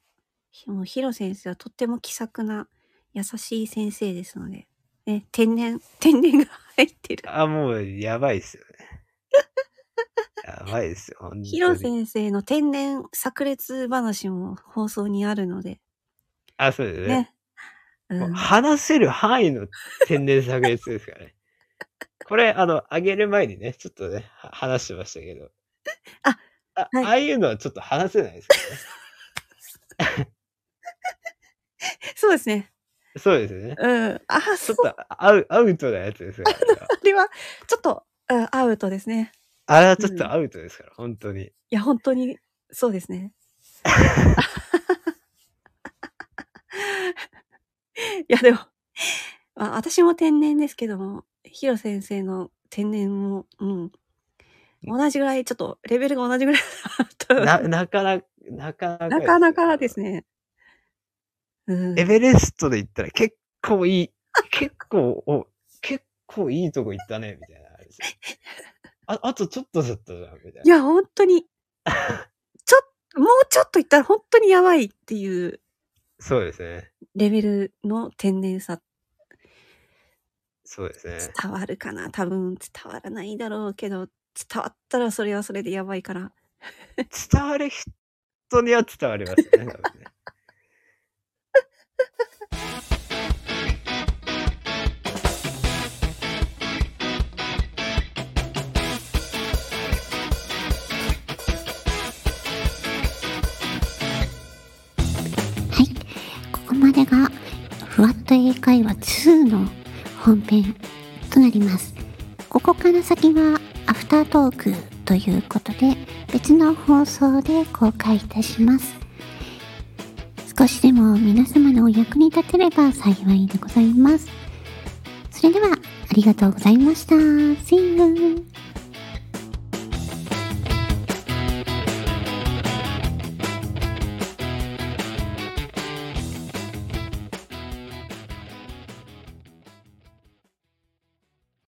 ひもうヒロ先生はとっても気さくな、優しい先生ですので、ね、天然、 天然が入ってる。
あ、もう、やばいですよね。やばいですよ。本当に
ヒロ先生の天然炸裂話も放送にあるので、
あ、そうですね。
ね。う、
もうん話せる範囲の天然炸裂ですからね。 これ、あの、上げる前にね、ちょっとね、は話してましたけど。
あ、
あ,、
はい
ああいうのはちょっと話せないですからね。
そうですね。
そうですね。
うん。あ、
ち
そ
ょっ
う。
とアウアウトなやつですから、ね。
あれは、ちょっと、うん、アウトですね。
あれはちょっとアウトですから、本当に。
いや、本当に、そうですね。いや、でも、まあ、私も天然ですけども、ヒロ先生の天然も、うん。同じぐらい、ちょっと、レベルが同じぐらいだ
な、
な
なかなか、なかな
と、
か、
なかなかです。ね。うん
エ。ベレストで行ったら結構いい、結構、お、結構いいとこ行ったね、みたいなあれですよ。あ、あとちょっとだったじゃん、みたい
い
な。
や、本当に、ちょっ、もうちょっといったら本当にやばいっていう
そうですね。
レベルの天然さ
そうですね。
伝わるかな多分伝わらないだろうけど伝わったらそれはそれでやばいから
伝わる人には伝わりますね、多分ね。
はい、ここまでがふわっと英会話2の本編となります。ここから先はアフタートークということで、別の放送で公開いたします。少しでも皆様のお役に立てれば幸いでございます。それでは、ありがとうございました。See you!